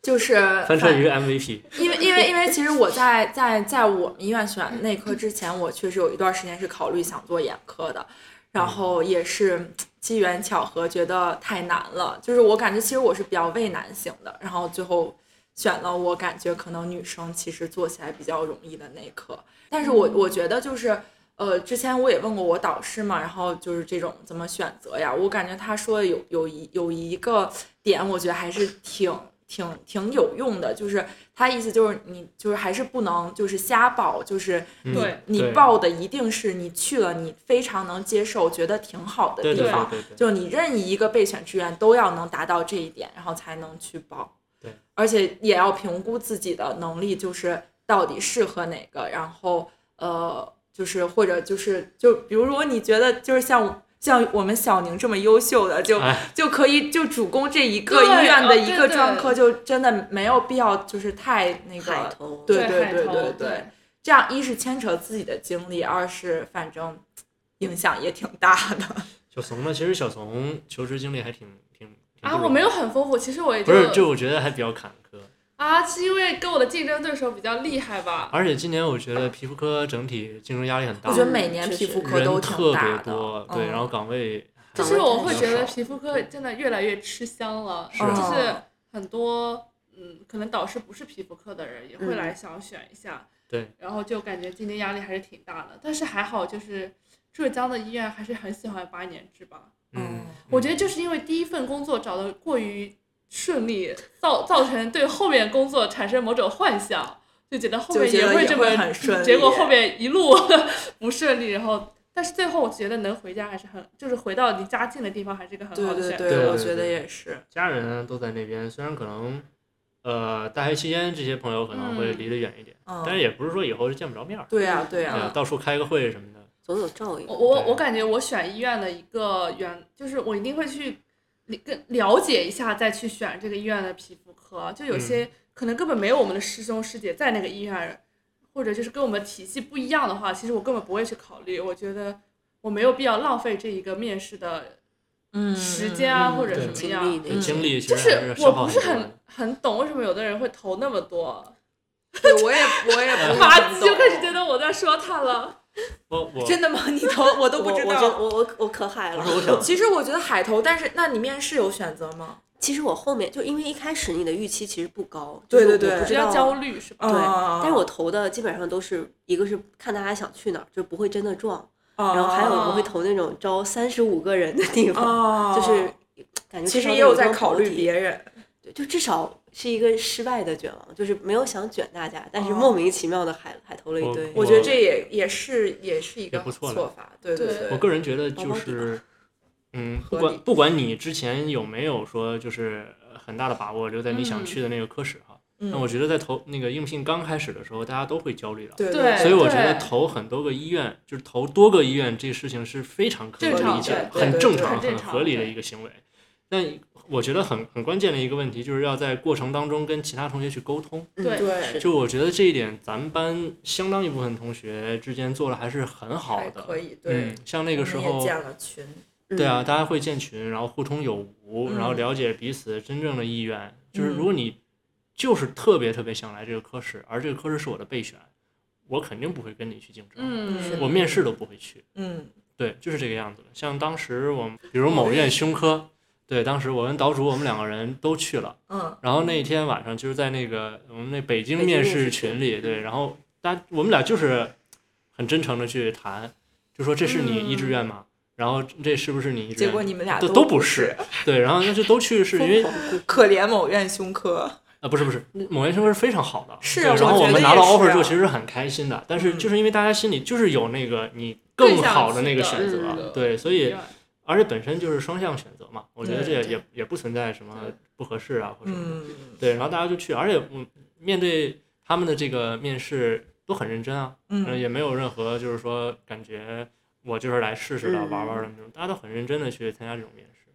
E: 就是
C: 翻车鱼 MVP，
E: 因为因为因为其实我在在在我们医院选内科之前，我确实有一段时间是考虑想做眼科的，然后也是机缘巧合，觉得太难了。就是我感觉其实我是比较畏难型的，然后最后选了我感觉可能女生其实做起来比较容易的内科。但是我我觉得就是呃，之前我也问过我导师嘛，然后就是这种怎么选择呀？我感觉他说的有有一有一个点，我觉得还是挺挺挺有用的，就是他意思就是你就是还是不能就是瞎报，就是
C: 嗯
E: 你、
B: 对
E: 你
C: 对
E: 报的一定是你去了你非常能接受，觉得挺好的
C: 对对
E: 地
C: 对
E: 方，
C: 对对，
E: 就你任意一个备选志愿都要能达到这一点，然后才能去报。
C: 对，
E: 而且也要评估自己的能力，就是到底适合哪个，然后呃，就是或者就是就比如如果你觉得就是像像我们小宁这么优秀的，就
C: 哎，
E: 就可以就主攻这一个
B: 对
E: 医院
B: 哦
E: 的
B: 对
E: 一个
B: 对
E: 专科，就真的没有必要就是太那
D: 海
E: 个，
D: 投，
E: 对
B: 对
E: 对对
B: 海
E: 对
B: 投
E: 对，这样一是牵扯自己的精力，二是反正影响也挺大的。
C: 小怂呢？其实小怂求职经历还挺挺挺
B: 啊，
C: 不
B: 我没
C: 容
B: 有很丰富，其实我也
C: 易，不是，就我觉得还比较坎坷。
B: 啊，是因为跟我的竞争对手比较厉害吧？
C: 而且今年我觉得皮肤科整体竞争压力很
D: 啊
C: 大，
E: 我觉得每年皮肤科
C: 嗯
E: 都
C: 人
E: 挺
C: 特别
E: 大的，
C: 多，对，
E: 嗯
C: 然后岗位
B: 就
D: 岗
B: 是
D: 位
B: 我
D: 太
B: 会
D: 少
B: 觉得皮肤科真的越来越吃香了，
C: 是
B: 就是
E: 嗯
B: 很多嗯，可能导师不是皮肤科的人也会
D: 嗯
B: 来想选一下，
C: 对，
B: 然后就感觉竞争压力还是挺大的。但是还好，就是浙江的医院还是很喜欢八年制吧。
C: 嗯，
B: 我觉得就是因为第一份工作找的过于顺利，造造成对后面工作产生某种幻想，就觉得后
E: 就
B: 面
E: 觉得
B: 会
E: 也
B: 这
E: 会
B: 么
E: 很顺利，
B: 结果后面一路 不顺利，然后但是最后我觉得能回家还是很，就是回到离家近的地方还是一个很
E: 对
B: 好的
E: 对
B: 选择。
C: 对
E: 我
C: 对
E: 觉得
C: 对
E: 也是，
C: 家人都在那边，虽然可能呃大学期间这些朋友可能会离得远一点，
E: 嗯，
C: 但是也不是说以后就见不着面儿，
E: 对呀、对呀、
C: 对啊到处开个会什么的，
D: 总有照应
B: 我。我
C: 对
B: 我感觉我选医院的一个原就是我一定会去了跟了解一下再去选这个医院的皮肤科，就有些可能根本没有我们的师兄师姐在那个医院，或者就是跟我们体系不一样的话，其实我根本不会去考虑。我觉得我没有必要浪费这一个面试的
E: 嗯，
B: 时间啊，
D: 嗯
B: 或者
C: 对
B: 什么
D: 经
B: 样。
D: 历的
C: 对
D: 一些
C: 精力其
B: 就
C: 实还
B: 是
C: 消
B: 我
C: 耗
B: 不是
C: 多的
B: 很很懂为什么有的人会投那么 多，
E: 对我也我也 不
B: 马吉就开始觉
E: 真
B: 得我在说他了。
C: 我我
E: 真的吗？你投我都
D: 我
E: 不知
D: 我真
E: 道。
D: 我我我可嗨
C: 不
D: 了
C: 是。我想
E: 其实我觉得海投，但是那你面试有选择吗？
D: 其实我后面就因为一开始你的预期其实不高，
E: 对
D: 就是
E: 对
D: 我不
E: 对
B: 比
D: 知
B: 较
D: 道
B: 焦虑是吧？
D: 对
E: 啊
D: 哦但是我投的基本上都是一个是看大家想去哪儿，就不会真的撞，
E: 然
D: 然后还有
B: 哦
D: 我会投那种招三十五个人的地方，
E: 哦，
D: 就是感觉
E: 其
D: 至
E: 实
D: 少
E: 也
D: 得有
E: 有
D: 一个
E: 在考虑
D: 保底
E: 别人，
D: 对，就至少是一个失败的卷王，就是没有想卷大家，但是
E: 哦
D: 莫名其妙的海海投了一堆。
E: 我觉得这也也是也是一个
C: 哦也不错了
E: 做法，对
B: 对
E: 对
C: 我。个人觉得就
D: 包包
C: 是，嗯，不
E: 合
C: 管
E: 理
C: 不管你之前有没有说就是呃很大的把握留在你想去的那个科室哈，那、
E: 嗯，
C: 我觉得在投那个应聘刚开始的时候，大家都会焦虑的。
E: 对
B: 对
C: 所以我觉得
B: 对
C: 投很多个医院，就是投多个医院，这事情是非常可以
B: 正常
C: 理解的
E: 对对
C: 很
E: 对
C: 正
E: 对
C: 常、
B: 很正
C: 很
B: 常
C: 合理的
B: 对
C: 一个行为。但我觉得很很关键的一个问题，就是要在过程当中跟其他同学去沟通。
D: 嗯
B: 对
D: 对
C: 就我觉得这一点，咱们班相当一部分同学之间做的还是很好
E: 还
C: 的。
E: 可以，对
C: 嗯，，像那
E: 那
C: 个时候，
E: 建了群，
D: 嗯
C: 对啊，大家会建群，然后互通有无，然后
E: 嗯
C: 了解彼此真正的意愿。就是
E: 嗯
C: 如果你就是特别特别想来这个科室，而这个科室是我的备选，我肯定不会跟你去竞争，
B: 嗯，
C: 我面试都不会去。
E: 嗯
C: 对，就是这个样子的。像当时我们，比如某院胸科，对，当时我跟岛主我们两个人都去了。
E: 嗯
C: 然后那一天晚上就是在那个我们那北京
D: 北京
C: 面
D: 面
C: 试
D: 试
C: 群
D: 群
C: 里，对，然后大家我们俩就是很真诚的去谈，就说这是你
D: 嗯
C: 一志愿吗？然后这是不是你一志
E: 结
C: 愿
E: 果？你们俩
C: 都
E: 都
C: 不
E: 是，
C: 对，然后那就都去是因为啊、
E: 可怜某院胸科，
C: 不是不是，某研生是非常好的，
E: 是啊
C: 对
E: 我
C: 然后我
E: 觉
C: 们
E: 得
C: 拿到
E: 也是
C: offer 之后
E: 啊
C: 其实是很开心的，但是
E: 嗯
C: 就是因为大家心里就是有那个你
B: 更
C: 更
B: 想
C: 好的
B: 去
C: 那个
B: 的
C: 选
D: 嗯
C: 择
B: 对，
C: 对，所以而且本身就是双向选择嘛，我觉得这
E: 对
C: 也
E: 对
C: 也也不存在什么
B: 对
C: 不合适啊或者什么的。
E: 嗯
C: 对，然后大家就去，而且我面对他们的这个面试都很认真啊，呃
E: 嗯
C: 也没有任何就是说感觉我就是来试试的、
D: 嗯
C: 玩玩的那种，大家都很认真的去参加这种面试，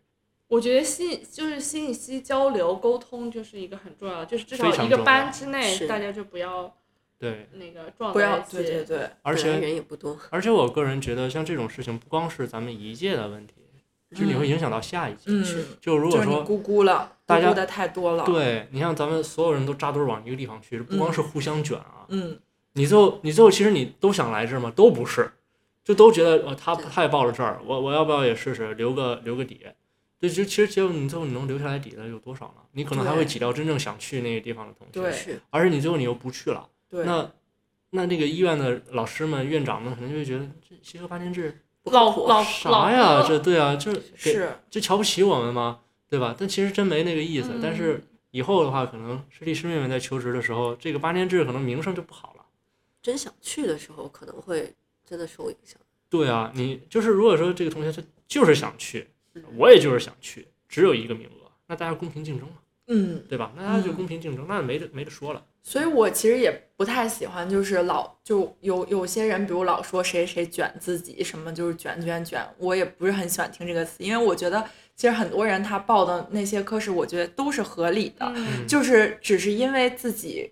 B: 我觉得信就是信息交流沟通就是一个很重要的，就是至
C: 非
B: 少
C: 常
B: 一个
C: 重要
B: 班之内
D: 是
B: 大家就不要
C: 对，
B: 那个撞
E: 不
B: 在
E: 要，
B: 一起。
E: 对对对，
C: 而
D: 本来
C: 且
D: 人也不多，
C: 而且我个人觉得像这种事情不光是咱们一届的问题，就是你会影响到下一届，
E: 嗯，
C: 就如
E: 就
C: 果
E: 是你
C: 说。
E: 咕咕了，
C: 大家
E: 咕咕的太多了，，
C: 对你像咱们所有人都扎堆儿往一个地方去，不光是互相卷啊，
E: 嗯，
C: 你最后你最后其实你都想来这儿吗？都不是，就都觉得呃他
D: 对
C: 他也报了这儿，我我要不要也试试留个留个底？对，就其实结果你最后你能留下来底的有多少呢？你可能还会
E: 对
C: 挤掉真正想去那个地方的同学，
E: 对
D: 是
C: 而且你最后你又不去了，
E: 对，
C: 那那那个医院的老师们、院长们可能就会觉得这协和八年制
B: 老老
C: 啥
B: 老
C: 呀？这对啊，就是给
E: 是
C: 就瞧不起我们吗？对吧？但其实真没那个意思。
B: 嗯
C: 但是以后的话，可能师弟师妹们在求职的时候，这个八年制可能名声就不好了。
D: 真想去的时候可能会真的受影响。
C: 对啊，你就是如果说这个同学他就是想去
D: 嗯，
C: 我也就是想去，只有一个名额，那大家公平竞争嘛，
E: 嗯。
C: 对吧？那大家就公平竞争，那没得没得说了。
E: 所以我其实也不太喜欢，就是老就有有些人，比如老说谁谁卷自己，什么就是卷卷卷，我也不是很喜欢听这个词，因为我觉得其实很多人他报的那些科室，我觉得都是合理的，
B: 嗯，
E: 就是只是因为自己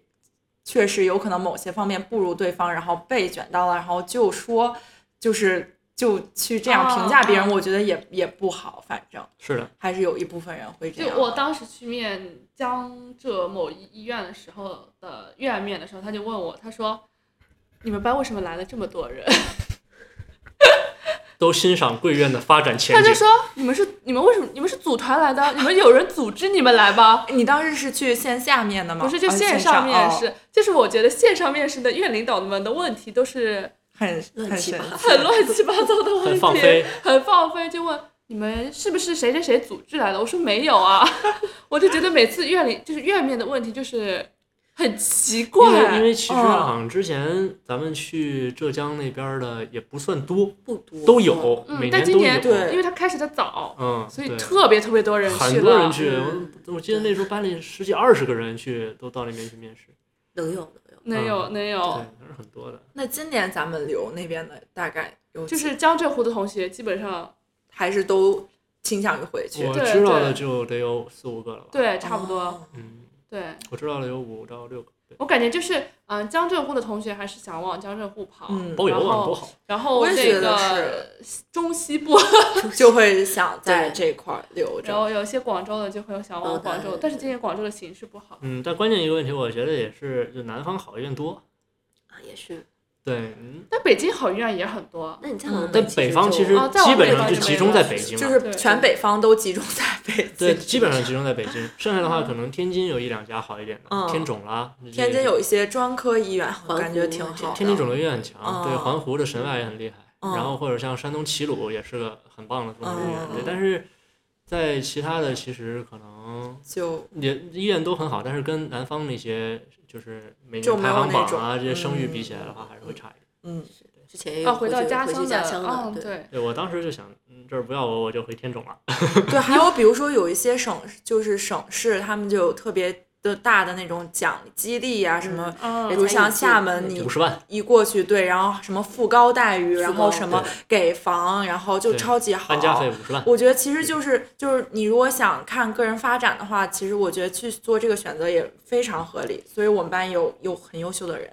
E: 确实有可能某些方面不如对方，然后被卷到了，然后就说就是就去这样评价别人，
B: 哦
E: 我觉得也也不好，反正
C: 是的，
E: 还是有一部分人会这
B: 就
E: 样。
B: 我当时去面江浙某医医院的时候的院面的时候，他就问我，他说：“你们班为什么来了这么多人？”
C: 都欣赏贵院的发展前
B: 他就
C: 景。
B: 说：“你们是你们为什么你们是组团来的？你们有人组织你们来 吧？
E: 你当时是去线下面的吗？
B: 不是，就
E: 啊
B: 线
E: 线
B: 上面
E: 哦
B: 试，就是我觉得线上面试的院领导们的问题都是
E: 很
D: 乱
E: 很
D: 七
E: 神
D: 八糟
B: 很乱七八糟的问
C: 很
B: 题，
C: 放飞，
B: 很放飞就问你们是不是谁谁谁组织来的？我说没有啊， 我就觉得每次院里就是院面的问题就是很奇怪，嗯
C: 因为因为其实啊
E: 哦
C: 好像之前咱们去浙江那边的也不算多，
D: 不多
C: 都，有，
B: 嗯
C: 每
B: 但
C: 年
B: 今
C: 都
B: 年
C: 有，
E: 对
B: 因为他开始的早，
C: 嗯，
B: 所以
C: 对
B: 特别特别多人去了，
C: 很多人去，
D: 嗯
C: 我我记得那时候班里十几二十个人去，都到那边去面试，
D: 能有能
B: 能
D: 有，
C: 嗯
B: 有能有
C: 对，，还是很多的。
E: 那今年咱们留那边的大概有几，
B: 就是江浙沪的同学基本
C: 嗯
B: 上
E: 还是都倾向于回去。
C: 我
B: 对
C: 知道
B: 对
C: 的就得有四五个了吧？
B: 对差不多，
E: 哦
C: 嗯，
B: 对。
C: 我知道了有五到六个，对，
B: 我感觉就是，嗯、江浙沪的同学还是想往江浙沪跑，
E: 嗯，
C: 包邮
B: 然
C: 网
B: 后
C: 多好，
B: 然后
E: 我也
B: 这
E: 觉得
B: 个中西部，
E: 就会想在这块儿留
B: 然
E: 着。
B: 后有一些广州的就会想往
D: 嗯
B: 广州，
D: 对
B: 但是今年广州的形势不好，
C: 嗯，但关键一个问题，我觉得也是，就南方好医院多，
D: 啊也是。
C: 对，嗯
B: 但北京好医院也很多，
D: 那你在往
E: 嗯
C: 但
D: 其
C: 北方
D: 就
C: 其实
B: 哦再往
C: 基本
B: 北
C: 上
B: 方
C: 就
B: 就
C: 集
B: 没
C: 中
B: 了
C: 在北京
E: 就
C: 了，
E: 是全北方都集中在北京，
C: 对，基本上集中在北京，剩下的
B: 嗯
C: 话可能天津有一两家好一点的，
E: 嗯
C: 天种啦，这些
E: 天津有一些专科医院，
D: 湖
E: 我感觉挺
D: 这
E: 好
C: 啊天津
E: 的。
C: 肿瘤医院很强，对，
E: 嗯
C: 环湖的神外也很厉害，
E: 嗯
C: 然后或者像山东齐鲁也是个很棒的中医医院，
E: 嗯
C: 对，但是在其他的其实可能。
E: 就
C: 也医院都很好，但是跟南方那些就是每
E: 就
C: 年
E: 没有
C: 排行榜
E: 那种
C: 啊这些声誉
E: 嗯
C: 比起来的话，还是会差一点。
E: 嗯，
D: 之前也
B: 啊，
D: 有
B: 回到
D: 去
B: 家
D: 回
B: 乡
D: 去家乡
B: 嗯，
D: 对，
B: 对，
C: 对我当时就想，嗯，这儿不要我，我就回天种了。
E: 对，还有比如说有一些省，就是省市，他们就有特别的大的那种奖激励啊，什么，比
B: 嗯
E: 如像厦门
D: 人才
E: 你
C: 五十万，
E: 一过去，对，然后什么副高待遇，
D: 高
E: 然后什么
C: 对
E: 给房，然后就
C: 对
E: 超级好
C: 安。家费五十万，
E: 我觉得其实就是就是你如果想看个人发展的话，其实我觉得去做这个选择也非常合理。所以我们班有有很优秀的人，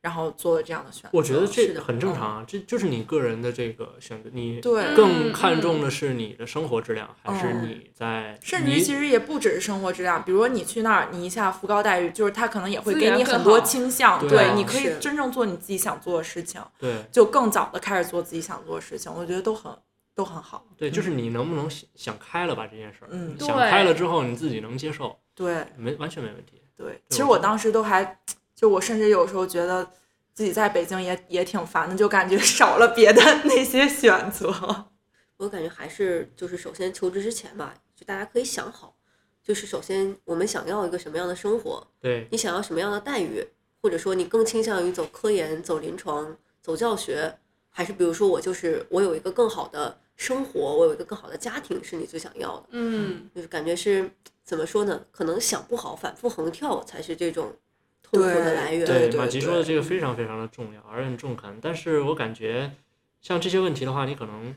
E: 然后做了这样的选择。
C: 我觉得
D: 是
C: 这
D: 的
C: 很正常啊，这就是你个人的这个选择，你
E: 对，
C: 更看重的是你的生活质量，还是
E: 嗯
C: 你在
E: 甚至于
C: 你
E: 其实也不只是生活质量，比如说你去那儿，你一下福高待遇，就是他可能也会
B: 资
E: 给
B: 源
E: 你
B: 更
E: 很多
B: 好
E: 倾向，
C: 对
E: 对
C: 啊
E: 你可以
D: 是
E: 真正做你自己想做的事情，
C: 对
E: 就更早的开始做自己想做的事情，我觉得都很都很好。
C: 对，就是你能不能想想开了吧这件事儿，
E: 嗯
C: 你想
B: 对
C: 开了之后你自己能接受，
E: 对
C: 没完全没问题。
E: 对，其实
C: 我
E: 我
C: 觉得
E: 当时都还，就我甚至有时候觉得自己在北京也也挺烦的，就感觉少了别的 那些选择。
D: 我感觉还是就是首先求职之前吧，就大家可以想好，就是首先我们想要一个什么样的生活，
C: 对，
D: 你想要什么样的待遇，或者说你更倾向于走科研、走临床、走教学，还是比如说我就是我有一个更好的生活，我有一个更好的家庭是你最想要的，
B: 嗯，
D: 就是感觉是怎么说呢？可能想不好，反复横跳才是这种痛苦的
E: 对
D: 来源。
E: 对对
C: 马吉
E: 对
C: 说的这个非常非常的重要，而且很中肯。但是我感觉像这些问题的话，你可能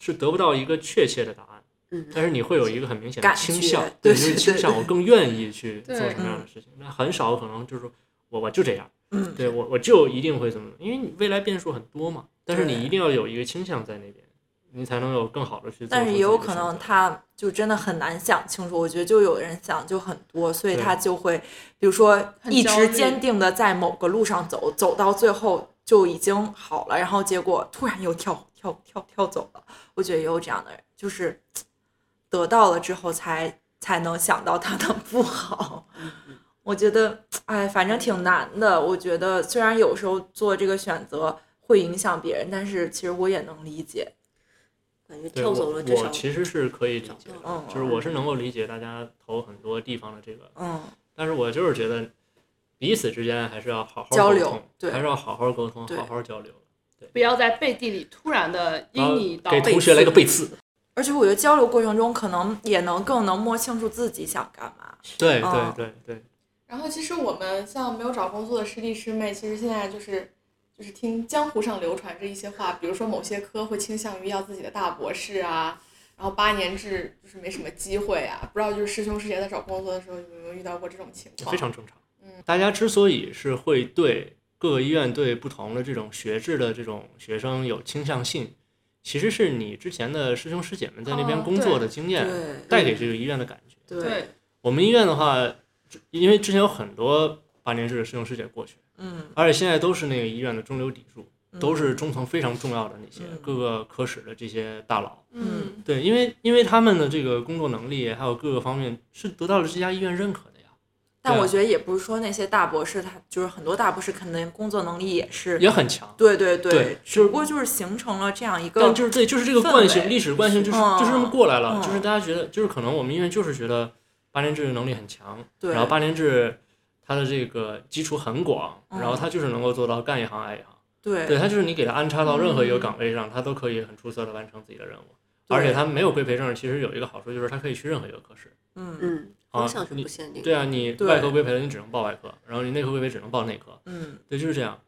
C: 是得不到一个确切的答案，
D: 嗯，
C: 但是你会有一个很明显的
E: 感
C: 倾
E: 觉
C: 向，
E: 对
C: 你
E: 对
C: 会倾
E: 对
C: 向我更愿意去做
B: 对
C: 什么样的事情。那很少可能就是说我我就这样，
E: 嗯，
C: 对我我就一定会怎么，因为你未来变数很多嘛，但是你一定要有一个倾向在那边，你才能有更好的去做出自己的选择。
E: 但是也有可能他就真的很难想清楚，我觉得就有的人想就很多，所以
C: 对
E: 他就会，比如说
B: 很
E: 一
B: 焦
E: 直
B: 虑
E: 坚定的在某个路上走，走到最后就已经好了，然后结果突然又跳跳跳跳走了。我觉得也有这样的人，就是得到了之后才才能想到他的不好。
C: 嗯
E: 我觉得，哎，反正挺难的。我觉得虽然有时候做这个选择会影响别人，但是其实我也能理解。
D: 感觉
C: 对
D: 跳走了至
C: 我
D: 少
C: 我其实是可以理解
D: 找
C: 的，
D: 到
E: 了
C: 就是我是能够理解大家投很多地方的这个，
E: 嗯，
C: 但是我就是觉得彼此之间还是要好好
E: 交
C: 沟
E: 流
C: 通
E: 对
C: 还是要好好沟通，
E: 对
C: 好好交流。
B: 不要在背地里突然的
C: 然
B: 因
C: 后
B: 你到
C: 给
B: 背
C: 同学来个
B: 刺
C: 背刺，
E: 而且我觉得交流过程中，可能也能更能摸清楚自己想干嘛。
C: 对对
E: 嗯
C: 对对，
A: 然后其实我们像没有找工作的师弟师妹，其实现在就是就是听江湖上流传着一些话，比如说某些科会倾向于要自己的大博士啊，然后八年制就是没什么机会啊，不知道就是师兄师姐在找工作的时候有没有遇到过这种情况？
C: 非常正常。
A: 嗯
C: 大家之所以是会对各个医院对不同的这种学制的这种学生有倾向性，其实是你之前的师兄师姐们在那边
B: 哦
C: 工作的经验
E: 对
C: 带给这个医院的感觉。
E: 对，
B: 对，
C: 我们医院的话，因为之前有很多八年制的师兄师姐过去，
E: 嗯，
C: 而且现在都是那个医院的中流砥柱，都是中层非常重要的那些
E: 嗯
C: 各个科室的这些大佬。
B: 嗯，
C: 对，因为因为他们的这个工作能力还有各个方面是得到了这家医院认可的呀，
E: 但
C: 对啊
E: 我觉得也不是说那些大博士，他就是很多大博士可能工作能力也是，
C: 也很强。
E: 对对对，
C: 对
E: 只不过就是形成了这样一
C: 但
E: 个，
C: 就是对，就是这个
E: 氛
C: 惯性，
E: 围
C: 历史惯性就是
E: 嗯
C: 就是这么过来了，
E: 嗯
C: 就是大家觉得，就是可能我们医院就是觉得八年制能力很强，
E: 对
C: 然后八年制它的这个基础很广，
E: 嗯
C: 然后它就是能够做到干一行爱一行，
D: 嗯
E: 对
C: 对，它就是你给它安插到任何一个岗位上，它都可以很出色的完成自己的任务，而且它没有规培证，其实有一个好处就是它可以去任何一个科室。
E: 嗯
D: 嗯，
C: 啊
D: 方向是
C: 你
D: 不限定的。
C: 对啊，你
E: 对
C: 外科规培了，你只能报外科，然后你内科规培只能报内科，
E: 嗯
C: 对，就是这样。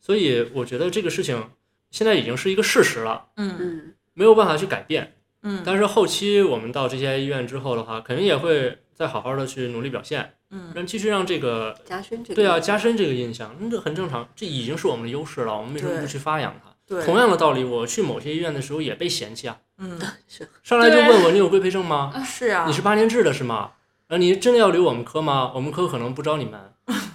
C: 所以我觉得这个事情现在已经是一个事实了，
E: 嗯
D: 嗯，
C: 没有办法去改变。
E: 嗯
C: 但是后期我们到这些医院之后的话，肯定也会再好好的去努力表现，
E: 嗯，
C: 让继续让这个
D: 加深这个。
C: 对啊加深这个印象，那这很正常，这已经是我们的优势了，我们为什么
E: 对
C: 不去发扬它？
E: 对，
C: 同样的道理，我去某些医院的时候也被嫌弃啊，
E: 嗯
D: 是
C: 上来就
B: 对
C: 问我你有规培证吗？
E: 是啊
C: 你，是八年制的是吗？啊，你真的要留我们科吗？我们科可能不招你 们。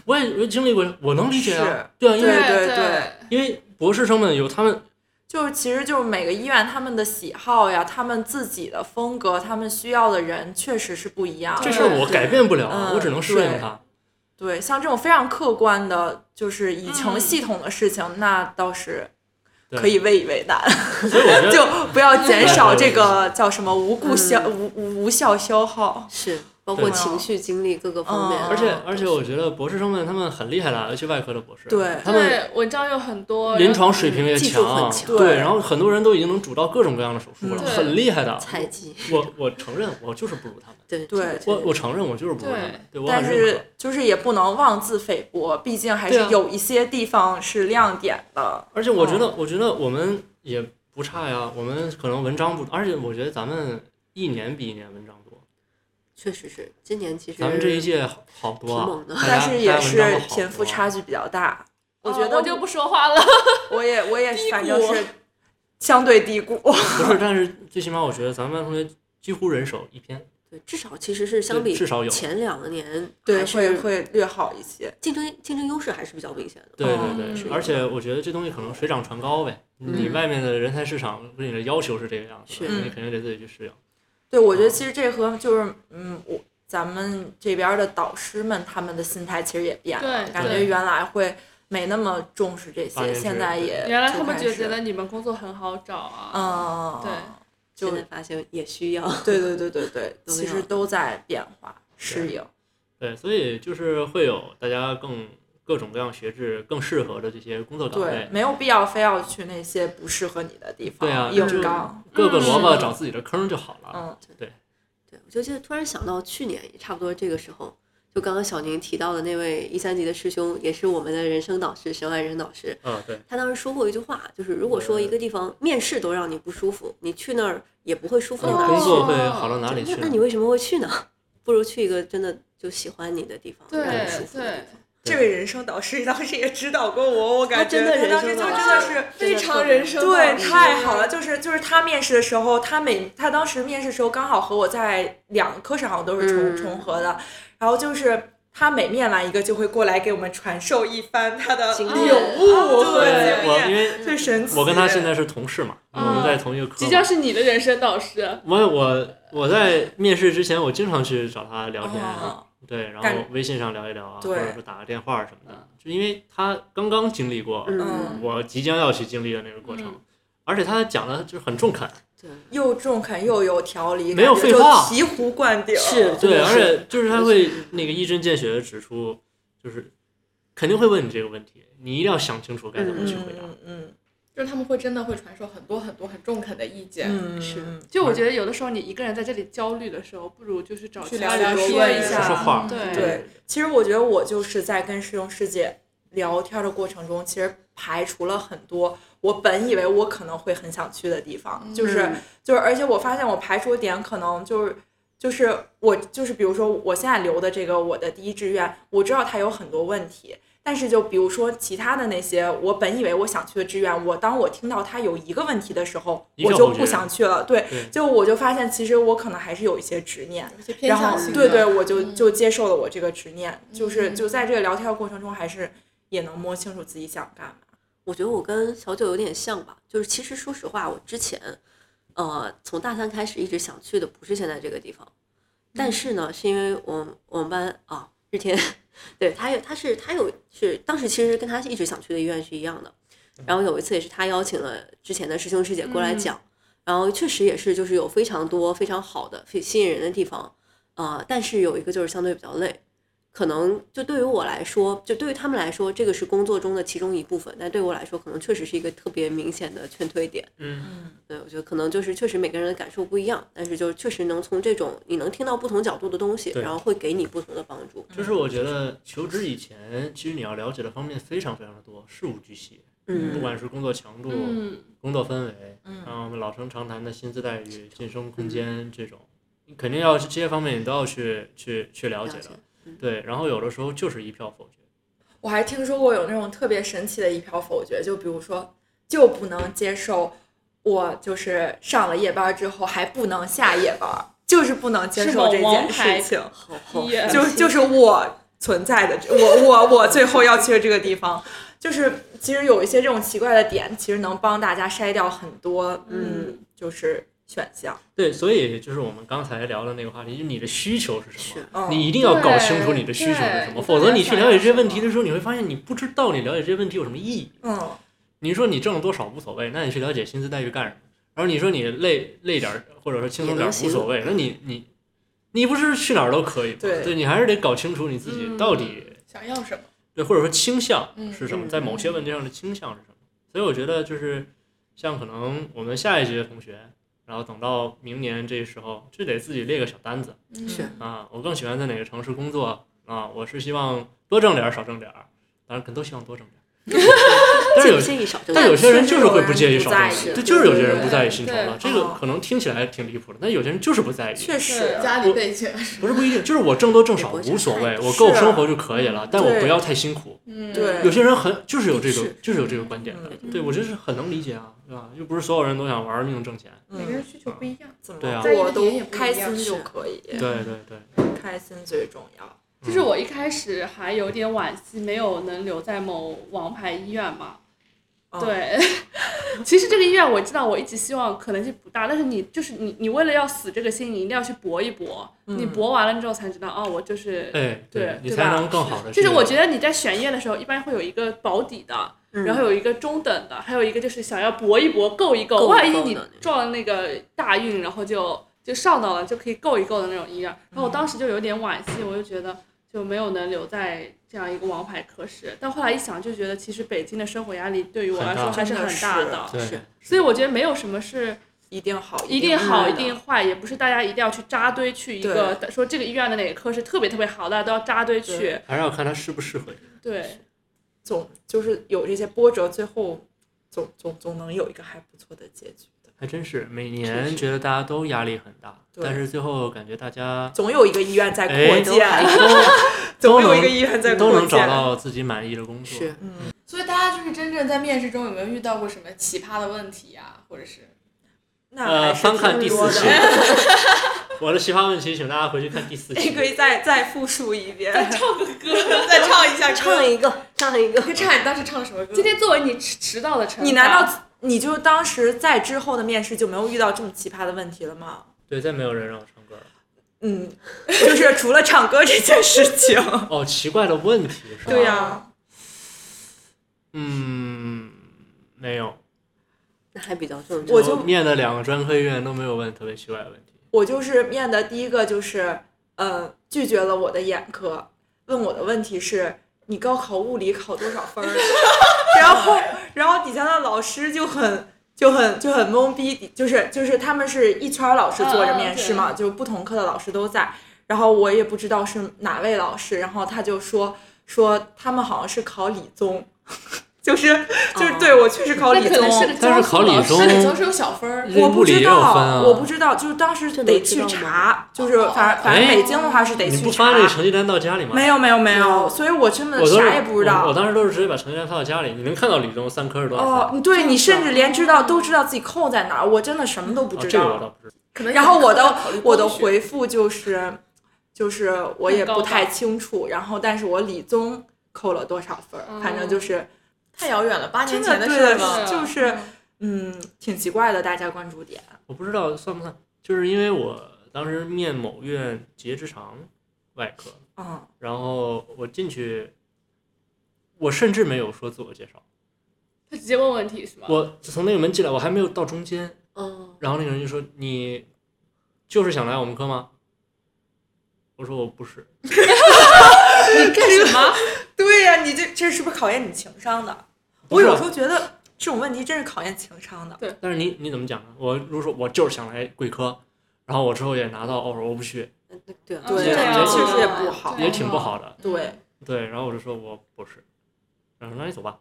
C: 我也我也经历过，我能理解啊，对啊，因为
E: 对对
B: 对
E: 对
C: 因为博士生们有他们
E: 就是其实就是每个医院他们的喜好呀，他们自己的风格，他们需要的人确实是不一样的。
C: 这事儿我改变不了啊，
E: 啊嗯
C: 我只能适应
E: 对
C: 它。
E: 对，像这种非常客观的，就是已成
B: 嗯
E: 系统的事情，那倒是
C: 对
E: 可以为以为难，
C: 所以我觉得
E: 就不要减
C: 对
E: 少
C: 对
E: 这
C: 对
B: 嗯
E: 个叫什么无故消、无无无效消耗。
D: 是，包括
C: 对啊
D: 情绪、经历各个方面。啊
E: 嗯
C: 而且
E: 哦
C: 而且，我觉得博士生们他们很厉害的，尤其外科的博士，
E: 对
C: 他们
B: 对文章有很多
C: 临床水平也啊
D: 技术很强
C: 对，然后很多人都已经能主到各种各样的手术了，
E: 嗯
B: 对
C: 很厉害的。
D: 采集，
C: 我我承认，我就是不如他们，
D: 对
E: 对
C: 我我承认我就是不如他们，对我
E: 但
C: 很认可。
E: 是就是也不能妄自菲薄，毕竟还
C: 对
E: 是
C: 啊
E: 有一些地方是亮点的。
C: 而且我觉得，我觉得我们也不差呀，我们可能文章不，而且我觉得咱们一年比一年文章多，
D: 确实是。今年其实
C: 咱们这一届好好多
D: 挺
C: 啊
D: 猛的，
C: 大家
E: 但是也
C: 大家文
E: 是
C: 章都好多啊
E: 贫富差距比较大。我觉
B: 哦
E: 得
B: 我就不说话了。
E: 我也我也
B: 低谷
E: 反正是相对低谷。
C: 不是，但是最起码我觉得咱们班同学几乎人手一篇，
D: 对，至少其实是相比
C: 至少有
D: 前两年，
E: 对，
D: 还
E: 会
D: 是
E: 会略好一些。
D: 竞争竞争优势还是比较明显的。
C: 对对对，
B: 嗯
C: 是而且我觉得这东西可能水涨船高呗，你
D: 嗯
C: 外面的人才市场对你的要求是这个样子的，
D: 是
C: 你肯定得自己去适应。
E: 对，我觉
D: 哦
E: 得其实这和就是嗯，我咱们这边的导师们他们的心态其实也变了，
B: 对
E: 感觉
C: 对
E: 原来会没那么重视这
C: 八
E: 些，
C: 年制
E: 现在也
B: 原来他们
E: 就
B: 就
E: 开始
B: 觉得你们工作很好找啊，
E: 嗯，
B: 对，
E: 就
D: 现在发现也需要。
E: 对对对对对，
D: 都
E: 其
D: 要
E: 实都在变化适应。
C: 对，所以就是会有大家更各种各样学制更适合的这些工作岗
E: 对
C: 位，，
E: 没有必要非要去那些不适合你的地方
C: 对啊就
E: 硬刚。
C: 各个萝卜
B: 嗯
C: 找自己的坑就好了。
E: 嗯，
D: 对，我就记得突然想到去年也差不多这个时候，就刚刚小宁提到的那位一三级的师兄，也是我们的人生导师沈万人导师，
C: 嗯，对，
D: 他当时说过一句话，就是如果说一个地方面试都让你不舒服，你去那儿也不会舒服
C: 你
D: 到
C: 呃
D: 哪
C: 工
D: 儿去。
C: 作会好到哪里去
D: 那
C: 呢？
D: 那你为什么会去呢？不如去一个真的就喜欢你的地方，
B: 对
D: 让你舒服的地
B: 对
D: 方。
E: 这位人生导师当时也指导过我，我感
D: 他
E: 觉
D: 真的人
E: 他当
D: 生
E: 时就
D: 导
E: 真
D: 师
E: 的是
B: 非常人生啊导
E: 对，
B: 师
E: 太好了，就是就是他面试的时候，他每他当时面试的时候刚好和我在两个课上好像都是
D: 嗯
E: 重、重合的，然后就是他每面完一个就会过来给我们传授一番他 的
B: 哎
D: 经
E: 领
D: 验
E: 悟和
C: 对
E: 经
C: 我，因
E: 验，
C: 为
E: 最神奇。
C: 我跟他现在是同事嘛，我们在同一个科
B: 即
C: 嘛
B: 将。是你的人生导师。
C: 我我我在面试之前，我经常去找他聊天，
E: 哦
C: 对，然
E: 感
C: 后微信上聊一聊啊，或
E: 对
C: 者说打个电话什么的，就因为他刚刚经历过
D: 嗯，
C: 我即将要去经历的那个过程
B: 嗯，
C: 而且他讲的就是很中肯，
D: 对，
E: 又中肯又有条理，
C: 没有
E: 感觉
C: 废话
E: 就醍醐灌顶。
C: 对，
D: 是真的
C: 而
D: 是
C: 且就是他会那个一针见血的指出，就是肯定会问你这个问题，你一定要想清楚该怎么去回答。
E: 嗯嗯
A: 就是他们会真的会传授很多很多很中肯的意见，
E: 嗯，
D: 是
B: 就我觉得有的时候你一个人在这里焦虑的时候，不如就是找
A: 去
B: 其他
A: 聊
B: 人
A: 聊
B: 说
A: 天啊
B: 一
C: 说
B: 下，
C: 说
A: 嗯
C: 话，
B: 对
E: 对其实我觉得我就是在跟师兄师姐聊天的过程中，其实排除了很多我本以为我可能会很想去的地方，就是
D: 嗯
E: 就是，而且我发现我排除点可能就是。就是我，就是比如说我现在留的这个我的第一志愿，我知道它有很多问题，但是就比如说其他的那些我本以为我想去的志愿，我当我听到它有一个问题的时候，
C: 一
E: 我
C: 票
E: 就
C: 否决
E: 不想去了。对，
C: 对
E: 就我就发现其实我可能还是有一些执念，
A: 有些偏
E: 然
A: 向
E: 后
A: 性的。
E: 对对，我就
A: 嗯
E: 就接受了我这个执念，就是
A: 嗯
E: 就在这个聊天的过程中，还是也能摸清楚自己想干嘛。
D: 我觉得我跟小九有点像吧，就是其实说实话，我之前，呃，从大三开始一直想去的不是现在这个地方，但是呢，是因为我们我们班啊，日天， 对他有他是他有是当时其实跟他一直想去的医院是一样的，然后有一次也是他邀请了之前的师兄师姐过来讲，然后确实也是就是有非常多非常好的、非吸引人的地方，呃，但是有一个就是相对比较累，可能就对于我来说，就对于他们来说，这个是工作中的其中一部分，但对我来说，可能确实是一个特别明显的劝退点。
C: 嗯，
D: 对，我觉得可能就是确实每个人的感受不一样，但是就是确实能从这种你能听到不同角度的东西，
C: 对
D: 然后会给你不同的帮助。
C: 就是我觉得求职以前，其实你要了解的方面非常非常的多，事无巨细，不
D: 嗯，
C: 管是工作强度、
B: 嗯，
C: 工作氛围，
E: 嗯
C: 然后我们老生常谈的薪资待遇、晋升空间这种，你肯定要这些方面你都要去去去了解
D: 了解
C: 的。对，然后有的时候就是一票否决。
E: 我还听说过有那种特别神奇的一票否决，就比如说就不能接受我就是上了夜班之后还不能下夜班，就是不能接
B: 是
E: 受
B: 某
E: 这
B: 王
E: 件
B: 牌
E: 事情，
D: 好好，
B: 也
E: 就就是我存在的 我我我最后要去的这个地方。就是其实有一些这种奇怪的点，其实能帮大家筛掉很多，嗯，就是选项。
C: 对，所以就是我们刚才聊的那个话题，就是你的需求是什么
D: 是？
E: 嗯，
C: 你一定要搞清楚
B: 对
C: 你的需求是什
B: 对
C: 么，否则你去了解这些问题
B: 对
C: 的时候，你会发现你不知道你了解这些问题有什么意义。
E: 嗯，
C: 你说你挣了多少无所谓，那你去了解薪资待遇干什么？然后你说你累累点儿，或者说轻松点儿
D: 也能行嗯
C: 无所谓，那你你你不是去哪儿都可以吗？
E: 对
C: 你还是得搞清楚你自己
B: 嗯
C: 到底、
A: 想要什么？
C: 对，或者说倾向
A: 嗯
C: 是什么，
D: 嗯
C: 在某些问题上的倾向是什么。所以我觉得就是像可能我们下一届同学，然后等到明年这时候，就得自己列个小单子
E: 是
A: 嗯
C: 啊，我更喜欢在哪个城市工作啊，我是希望多挣点儿，少挣点儿，当然可能都希望多挣点儿。 但是有
D: 不介意少挣
C: 但
D: 点
C: 有
D: 儿。
C: 些人就是会不介意少
E: 但
C: 挣
E: 是
C: 钱，对，就是有
E: 有些人不在意
C: 些人不在意薪酬了。
E: 对
C: 这
E: 对
C: 个可能听起来挺离谱的，但有些人就是不在意。
E: 确实，
A: 家
C: 里
A: 里背景，
C: 不是不一定，就是我挣多挣少
D: 也不是
C: 无所
D: 太
C: 谓，我
E: 是
C: 够生活就可以了，但我不要太辛苦。
A: 嗯，
E: 对
C: 有些人很就是有这个
D: 是
C: 就是有这个观点的，对我这是很能理解啊，对吧？又不是所有人都想玩命挣钱，
A: 每个人需求不一样，
E: 嗯怎么
C: 对啊
A: 在意
E: 我
A: 的
E: 都
A: 点也不一样
E: 开心就可以，
C: 对对对，
E: 开心最重要。
B: 就是
C: 嗯
B: 我一开始还有点惋惜，没有能留在某王牌医院嘛。
E: 嗯
A: 哦
B: 对， 其实这个医院我知道，我一直希望可能性不大，但是你就是你，你为了要死这个心，你一定要去搏一搏。
A: 嗯
B: 你搏完了之后才知道，哦，我就是
C: 哎，
B: 对
C: 你
B: 对
C: 才
B: 吧
C: 能更好的。
B: 就是我觉得你在选业的时候，一般会有一个保底的，
D: 嗯
B: 然后有一个中等的，还有一个就是想要搏一搏、够一
D: 够
B: 够。
D: 一
B: 万一
D: 够
B: 你
D: 的那
B: 撞了那个大运，然后就就上到了，就可以够一够的那种医院。然后我当时就有点惋惜，我就觉得就没有能留在这样一个王牌科室。但后来一想，就觉得其实北京的生活压力对于我来说
C: 很大
B: 还是很大
E: 真的
B: 的。
C: 对
D: 是
B: 所以我觉得没有什么是
E: 一定好，
B: 一定好
E: 坏
B: 一定坏，也不是大家一定要去扎堆去一个说这个医院的哪个科室特别特别好，大家都要扎堆去。
C: 还是要看他适不适合你。
B: 对，
E: 总就是有这些波折，最后总总总能有一个还不错的结局的，
C: 还真是，每
E: 确实
C: 年觉得大家都压力很大，
E: 对
C: 但是最后感觉大家
E: 总有一个医院在扩建，
C: 哎都
E: 总
C: 能嗯
E: 有一个医院在
C: 都
E: 扩嗯
C: 能找
E: 建。
C: 到自己满意的工作。
D: 是
A: 所以大家就是真正在面试中有没有遇到过什么奇葩的问题啊，或者是
E: 那
C: 呃，
E: 还是
C: 翻看第
E: 挺多
C: 四
E: 的
C: 期， 我的奇葩问题，请大家回去看第四
E: 你
C: 期
E: 哎可。以再再复述一遍，
A: 再唱一下歌
D: 唱一个，唱一个，
A: 你唱你当时唱的什么歌？
B: 今天作为你迟迟到的惩罚，
E: 你难道你就当时在之后的面试就没有遇到这么奇葩的问题了吗？
C: 对，再没有人让我唱歌了。
E: 嗯，就是除了唱歌这件事情，
C: 哦，奇怪的问题是吧？
E: 对呀、
B: 啊
C: 嗯，没有。
D: 那还比较正常。
E: 我就
C: 面的两个专科医院都没有问特别奇怪的问题。
E: 我就是面的第一个就是，呃，拒绝了我的眼科，问我的问题是你高考物理考多少分儿？ 然后，然后底下的老师就很就很就很懵逼，就是就是他们是一圈儿老师坐着面试
B: 嗯
E: 嘛，就不同课的老师都在，然后我也不知道是哪位老师，然后他就说说他们好像是考理综， 就是就是对我确实考
B: 哦那
E: 理
B: 可
E: 综
B: 能。是个
C: 但是考理
B: 教授老师
C: 综
A: 那你教授有小分儿，
E: 我不
C: 物理
E: 知
C: 也有
E: 道，
C: 分啊。
E: 我不知道，就是当时
D: 这
E: 得
D: 能知
E: 去
D: 道吗
E: 查，就是反正反正
C: 哎
E: 北京的话是得
C: 你
E: 去
C: 不
E: 查
C: 发那。个成绩单到家里吗？
E: 没有没有没有，所以我真
C: 嗯我
E: 的
C: 都是
E: 啥也不知
C: 我。我
E: 道。
C: 当时都是直接把成绩单发到家里，你能看到理综三科是多少分。
E: 哦，你对你甚至连知道都知道自己扣在哪儿，我真的什么都不
C: 嗯哦
E: 知
C: 这个我
E: 道。
C: 倒不知道。
A: 可能
E: 然后我的
A: 考虑
E: 我的
A: 光学
E: 回复就是，就是我也
B: 更
E: 不
B: 高
E: 太
B: 吧
E: 清楚。然后，但是我理综扣了多少分儿，反正就是
A: 太遥远了，八年
E: 真
A: 前
E: 的对
A: 事儿
B: 是
A: 了。
E: 的，就是嗯，挺奇怪的，大家关注点。
C: 我不知道算不算，就是因为我当时面某院结直肠外科，
E: 嗯，
C: 然后我进去，我甚至没有说自我介绍，
B: 他直接问问题是吗？
C: 我从那个门进来，我还没有到中间，
D: 嗯，
C: 然后那个人就说：“你就是想来我们科吗？”我说：“我不是。
B: 你干什么？
E: 对呀、你这这是不是考验你情商的？
C: 不
E: 我
C: 是啊
E: 有时候觉得这种问题真是考验情商的。”
C: 但是你你怎么讲呢？我如果说我就是想来贵科，然后我之后也拿到 offer，我不去，
D: 对啊，
E: 对
B: 这样
C: 其
E: 实也不好
B: 对
C: 也挺不好的。
A: 哎
E: 对，
C: 对，然后我就说我不是，然后说那你走吧。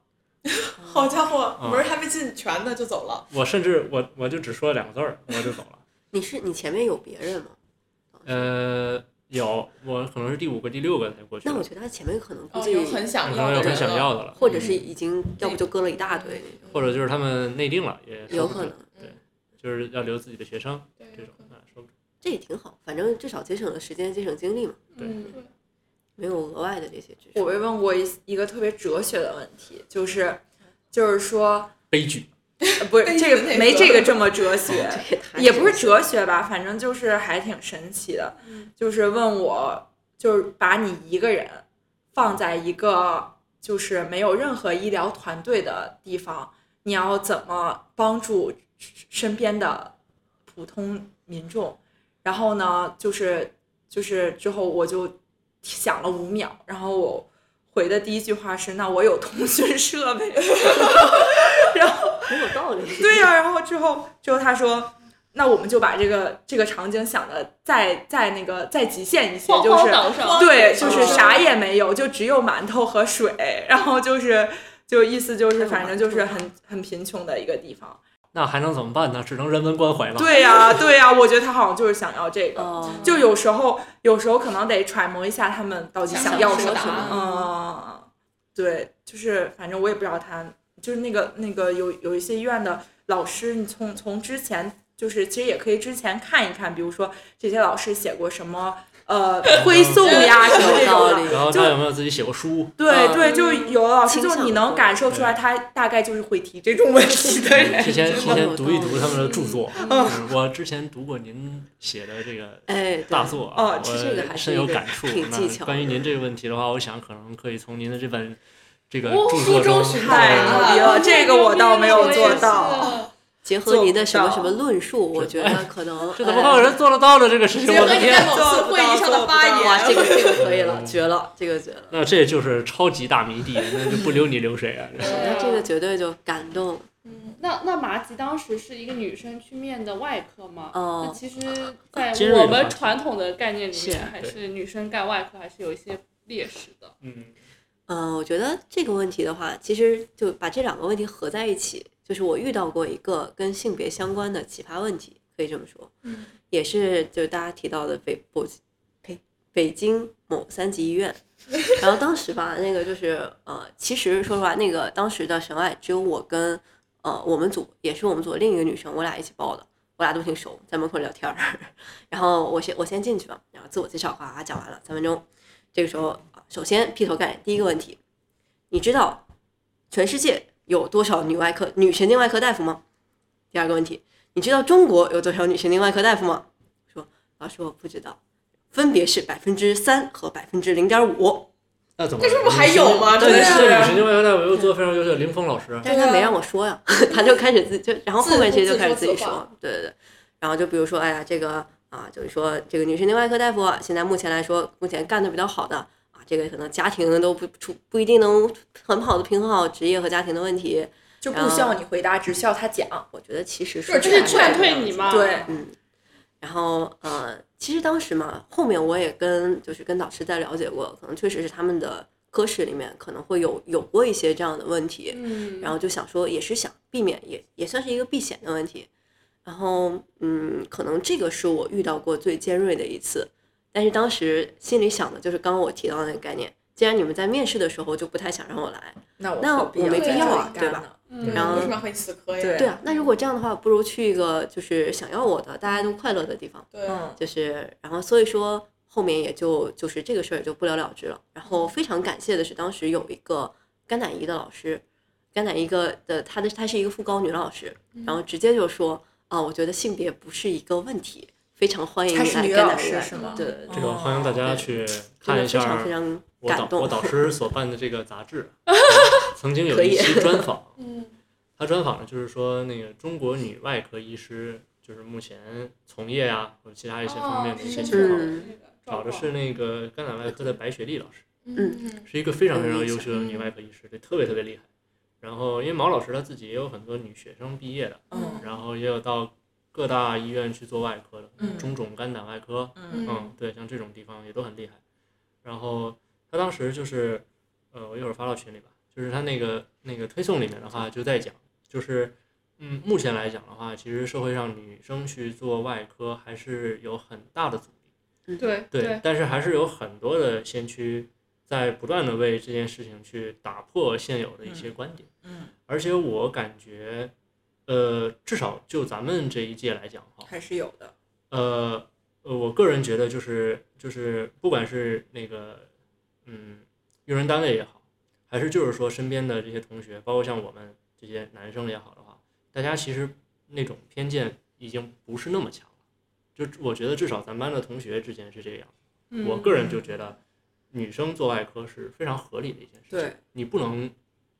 A: 好家伙，
C: 嗯
A: 门儿还没进全呢就走了，
C: 我甚至我我就只说了两个字儿，我就走了。
D: 你是你前面有别人吗？
C: 呃，有我可能是第五个、第六个才过去的，
D: 那我觉得他前面可能估
A: 哦，
D: 计
A: 有很想
C: 可
A: 要
C: 能
A: 的
C: 有
A: 人啊
C: 很想
A: 了，
C: 要的了，嗯
D: 或者是已经要不就割了一大堆那
C: 或者就是他们内定了，也
D: 种，
C: 说
D: 有
C: 不
D: 可
C: 准
D: 能，
C: 就是要留自己的学生
A: 对
C: 这种，那说不准。
D: 这也挺好，反正至少节省了时间，节省精力嘛，
C: 对
B: 嗯
D: 没有额外的这些支
E: 我
D: 出。
E: 被问过一一个特别哲学的问题，就是就是说，
C: 悲剧，
E: 呃不是
A: 悲剧
E: 这个
A: 内核
E: 没这个这么哲学，
D: 这也太
E: 也不是哲学吧，反正就是还挺神奇的，就是问我，就是把你一个人放在一个就是没有任何医疗团队的地方，你要怎么帮助身边的普通民众？然后呢，就是就是之后我就想了五秒，然后我回的第一句话是：“那我有通讯设备。”然后
D: 很有道理。
E: 对呀、然后之后之后他说，那我们就把这个这个场景想的再再那个再极限一些，
B: 荒
E: 就
B: 荒
E: 是
B: 岛上，
E: 对，
B: 嗯
E: 就是
D: 哦
E: 啥也没有，就只有馒头和水，然后就是就意思就是反正就是很很贫穷的一个地方。
C: 那还能怎么办呢？只能人文关怀了。
E: 对呀、对呀、我觉得他好像就是想要这个。
D: 哦，
E: 就有时候，有时候可能得揣摩一下他们到底想要什
B: 想说什
E: 么
B: 么。
E: 嗯，对，就是反正我也不知道他，就是那个那个有有一些医院的老师，你从从之前就是其实也可以之前看一看，比如说这些老师写过什么呃
D: 嗯
E: 推送呀什么这
D: 有
E: 种
D: 道
E: 的。
D: 理。
C: 然后
E: 就
C: 他有没有自己写过书？
E: 对
D: 嗯
E: 对，就有的老师
D: 倾
E: 就是
D: 向
E: 你能
D: 会
E: 感受出来，他大概就是会提这种问题的人。
C: 提前
D: 真的
C: 提前
D: 有
C: 读一
D: 道
C: 读
D: 理
C: 他们的著 作。嗯我之前读过您写的这个
D: 哎，对
C: 大作
E: 哦
C: 啊，
D: 这这个还
C: 我
D: 是
C: 深
D: 一
C: 有
D: 个
C: 感触。
D: 挺技巧
C: 那关于
D: 的
C: 您这个问题的话，我想可能可以从您的这本这个
B: 哦
C: 著
B: 书
C: 作
B: 中
C: 中
B: 寻
C: 对
D: 啊
E: 太
B: 到
E: 牛逼了，这个我倒没有做
B: 我也
E: 到。
B: 是
D: 结
E: 做
D: 合
E: 不
D: 您的什么
E: 到
D: 什么论述，我觉得可 能
C: 这怎么会有人做得到的这个事 情？
A: 结
C: 我
A: 合
C: 的
A: 你
C: 天
A: 在！某次会议上的发
D: 哎哇，这
A: 言，
D: 个这个可以
C: 嗯
D: 了，绝了，这个绝了，
C: 那这就是超级大迷弟，那就不流你流水啊！
B: 对
D: 那这个绝对就感动。
B: 嗯，那那麻吉当时是一个女生去面的外科嘛？
D: 哦
B: 那其实，在
C: 尖锐的
B: 我
C: 话
B: 们
C: 题
B: 传统的概念里
D: 是
B: 面，还是女生干外科还是有一些劣势的。
C: 嗯，
D: 嗯，我觉得这个问题的话，其实就把这两个问题合在一起，就是我遇到过一个跟性别相关的奇葩问题，可以这么说，
B: 嗯，
D: 也是就是大家提到的北北北北京某三级医院，然后当时吧，那个就是呃，其实说实话，那个当时的神爱只有我跟呃我们组也是我们组的另一个女生，我俩一起报的，我俩都挺熟，在门口聊天儿， 然后我先我先进去吧，然后自我介绍啊讲完了三分钟，这个时候啊首先劈头盖脸第一个问题，你知道全世界有多少女外科女神经外科大夫吗？第二个问题，你知道中国有多少女神经外科大夫吗？说老师我不知道，分别是百分之三和百分之零点五。
C: 那怎么？
A: 这是不是还有吗？
C: 但
A: 真的
C: 是这女
A: 是
C: 神经外科大夫又做得非常优秀，林峰老师，
D: 但是他没让我说呀， 他就开始自己就，然后后面其实就开啊始自己
A: 自说
D: 说，对对对，然后就比如说，哎呀，这个啊，就是说这个女神经外科大夫啊现在目前来说，目前干的比较好的啊，这个可能家庭都不出不一定能很好的平衡好职业和家庭的问题，
E: 就不
D: 嗯
E: 需要你回答，只需要他讲。
D: 我觉得其
A: 就
D: 实
A: 是
D: 说
B: 就
D: 起
B: 是
D: 来
B: 劝
D: 这个
B: 退
D: 样
B: 你
D: 子
B: 嘛。
E: 对，
D: 嗯，然后呃，其实当时嘛，后面我也跟就是跟导师在了解过，可能确实是他们的科室里面可能会有有过一些这样的问题，
B: 嗯，
D: 然后就想说也是想避免，也也算是一个避险的问题。然后嗯，可能这个是我遇到过最尖锐的一次，但是当时心里想的就是刚刚我提到的那个概念，既然你们在面试的时候就不太想让我来，
E: 那我
D: 那
E: 何
D: 我没
E: 在
A: 必要
E: 这里
D: 啊
E: 干
D: 对吧
E: 呢？
B: 嗯
D: 然后
A: 为什么要会死磕呀？
E: 对
D: 对啊，那如果这样的话，不如去一个就是想要我的、大家都快乐的地方。
A: 对
E: 嗯，
D: 就是，然后所以说后面也就就是这个事儿也就不了了之了。然后非常感谢的是，当时有一个甘乃仪的老师，甘乃仪个的她的她是一个副高女老师，
E: 嗯
D: 然后直接就说啊、我觉得性别不是一个问题，非常欢迎
E: 她
D: 你
E: 是
D: 来
E: 女
D: 甘
E: 老
D: 乃仪
E: 师
D: 来
E: 是吗
D: 对对对，
C: 这个欢迎大家去
D: 真
C: 看
D: 的
C: 一
D: 非
C: 下
D: 常非常
C: 我
D: 感
C: 导我
D: 动。
C: 导师所办的这个杂志，曾经有一期专访，
B: 嗯
C: 他专访的就是说那个中国女外科医师，就是目前从业啊或者其他一些方面的一
B: 哦
C: 些情况，
D: 嗯
C: 找的是那个甘乃外科的白雪丽老师，
A: 嗯，
C: 是一个非常非常
D: 嗯
C: 优秀的女外科医师，对，特别特别厉害。然后因为毛老师他自己也有很多女学生毕业的，
E: 嗯
C: 然后也有到各大医院去做外科的，
E: 嗯
C: 中种肝胆外科，
E: 嗯
C: 嗯，对，像这种地方也都很厉害。然后他当时就是，呃，我一会儿发到群里吧，就是他那个那个推送里面的话就在讲，就是，嗯，目前来讲的话，其实社会上女生去做外科还是有很大的阻力，
B: 对
C: 对，，但是还是有很多的先驱在不断的为这件事情去打破现有的一些观点，
E: 嗯，
C: 而且我感觉，呃，至少就咱们这一届来讲哈，
E: 还是有的。
C: 呃，呃，我个人觉得就是就是，不管是那个嗯，用人单位也好，还是就是说身边的这些同学，包括像我们这些男生也好的话，大家其实那种偏见已经不是那么强了。就我觉得至少咱班的同学之间是这个样子。
B: 嗯
C: 我个人就觉得，女生做外科是非常合理的一件事情。
E: 对，
C: 你不能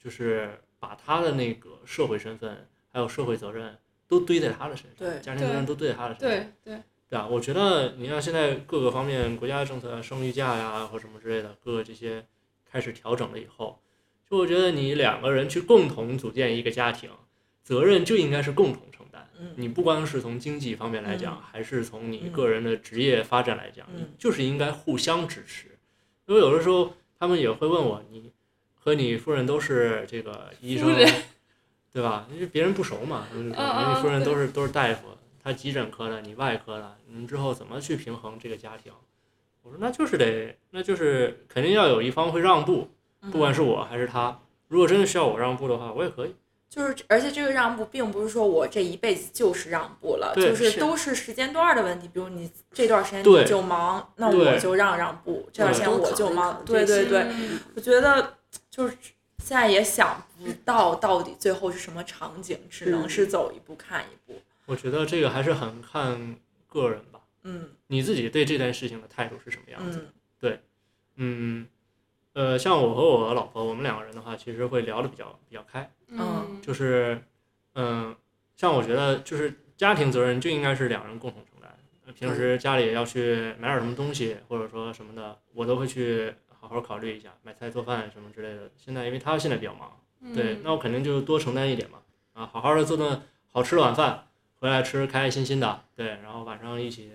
C: 就是把她的那个社会身份还有社会责任都堆在她的身上，
E: 对
C: 家庭责任都堆在她的身上。
B: 对对，
C: 对啊，我觉得你像现在各个方面国家政策啊、生育假呀、或什么之类的，各个这些开始调整了以后，就我觉得你两个人去共同组建一个家庭，责任就应该是共同承担。
F: 嗯
C: 你不光是从经济方面来讲，还是从你
F: 嗯
C: 个人的职业发展来讲，
F: 嗯
C: 你就是应该互相支持。因为有的时候他们也会问我，你和你夫人都是这个医生
B: 夫人，
C: 对吧？因为别人不熟嘛，他们就说
B: 嗯嗯
C: 你夫人
B: 对
C: 都是都是大夫，他急诊科的，你外科的，你们之后怎么去平衡这个家庭？我说那就是得，那就是肯定要有一方会让步，
B: 嗯
C: 不管是我还是他。如果真的需要我让步的话，我也可以。
F: 就是，而且这个让步并不是说我这一辈子就是让步
B: 呃
F: 了，
C: 对
F: 就是
D: 是
F: 都是时间段儿的问题。比如你这段时间
C: 对
F: 你就忙，那
C: 对
F: 我就让让步；这段时间
D: 多
F: 我
D: 考
F: 就
D: 虑
F: 忙
D: 考。虑
F: 对
D: 这
F: 对
D: 些
F: 对，
A: 嗯
F: 我觉得就是现在也想不到到底最后是什么场景，只能
D: 嗯
F: 是走一步看一步。
C: 我觉得这个还是很看个人吧，
F: 嗯
C: 你自己对这件事情的态度是什么样子。
F: 嗯
C: 嗯，呃，像我和我老婆，我们两个人的话，其实会聊得比较比较开，
F: 嗯
B: 嗯
C: 就是，嗯、像我觉得就是家庭责任就应该是两人共同承担。呃平时家里要去买点什么东西，或者说什么的，我都会去好好考虑一下，买菜做饭什么之类的。现在因为她现在比较忙，
B: 嗯
C: 对，那我肯定就多承担一点嘛，啊，好好的做顿好吃的晚饭，回来吃开开心心的，对，然后晚上一起，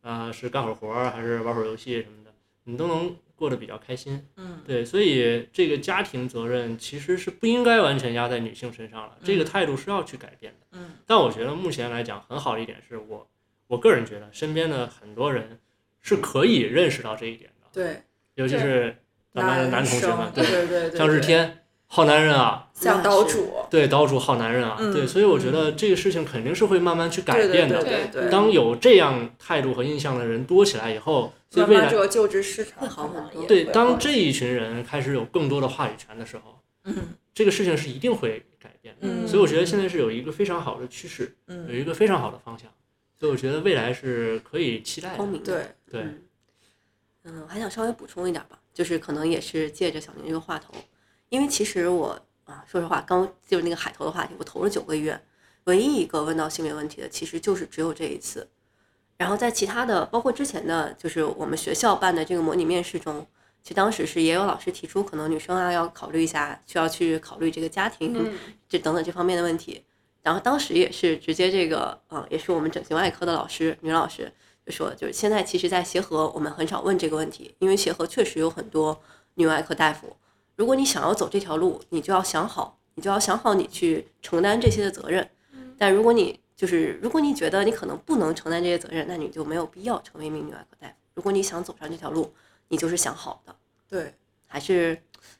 C: 呃，是干会儿活儿还是玩会儿游戏什么的，你都能过得比较开心，
F: 嗯
C: 对，所以这个家庭责任其实是不应该完全压在女性身上了，这个态度是要去改变的。
F: 嗯
C: 但我觉得目前来讲，很好的一点是我，我个人觉得身边的很多人是可以认识到这一点的，
F: 对，
C: 尤其是咱们男同学
F: 生
C: 们，
F: 对对对对，
C: 像日天，好男人啊，
F: 像岛主，
C: 对，岛主好男人啊，
F: 嗯
C: 对，所以我觉得这个事情肯定是会慢慢去改变的。
F: 对对对对
C: 当有这样态度和印象的人多起来以后，对
F: 慢
C: 未
F: 慢
C: 来
F: 这个就职市场
D: 会好
F: 可能
D: 很多
F: 也
C: 对
F: 会
C: 当
F: 好
C: 这一群人开始有更多的话语权的时候，
F: 嗯
C: 这个事情是一定会改变的。
F: 嗯，
C: 所以我觉得现在是有一个非常好的趋势，有
F: 嗯
C: 一个非常好的方向，所以我觉得未来是可以期待
D: 光
C: 的。
D: 明的。
F: 对。
C: 对，
D: 嗯，嗯，还想稍微补充一点吧，就是可能也是借着小宁这个话头，因为其实我啊，说实话，刚就是那个海投的话题，我投了九个月，唯一一个问到性别问题的，其实就是只有这一次。然后在其他的，包括之前的，就是我们学校办的这个模拟面试中，其实当时是也有老师提出，可能女生啊要考虑一下，需要去考虑这个家
B: 嗯
D: 庭、这等等这方面的问题。然后当时也是直接这个，呃，也是我们整形外科的老师，女老师就说，就是现在其实，在协和我们很少问这个问题，因为协和确实有很多女外科大夫。如果你想要走这条路，你就要想好，你就要想好你去承担这些的责任。但如果你就是如果你觉得你可能不能承担这些责任，那你就没有必要成为一名女外科大夫。如果你想走上这条路，你就是想好的。
F: 对，
D: 还是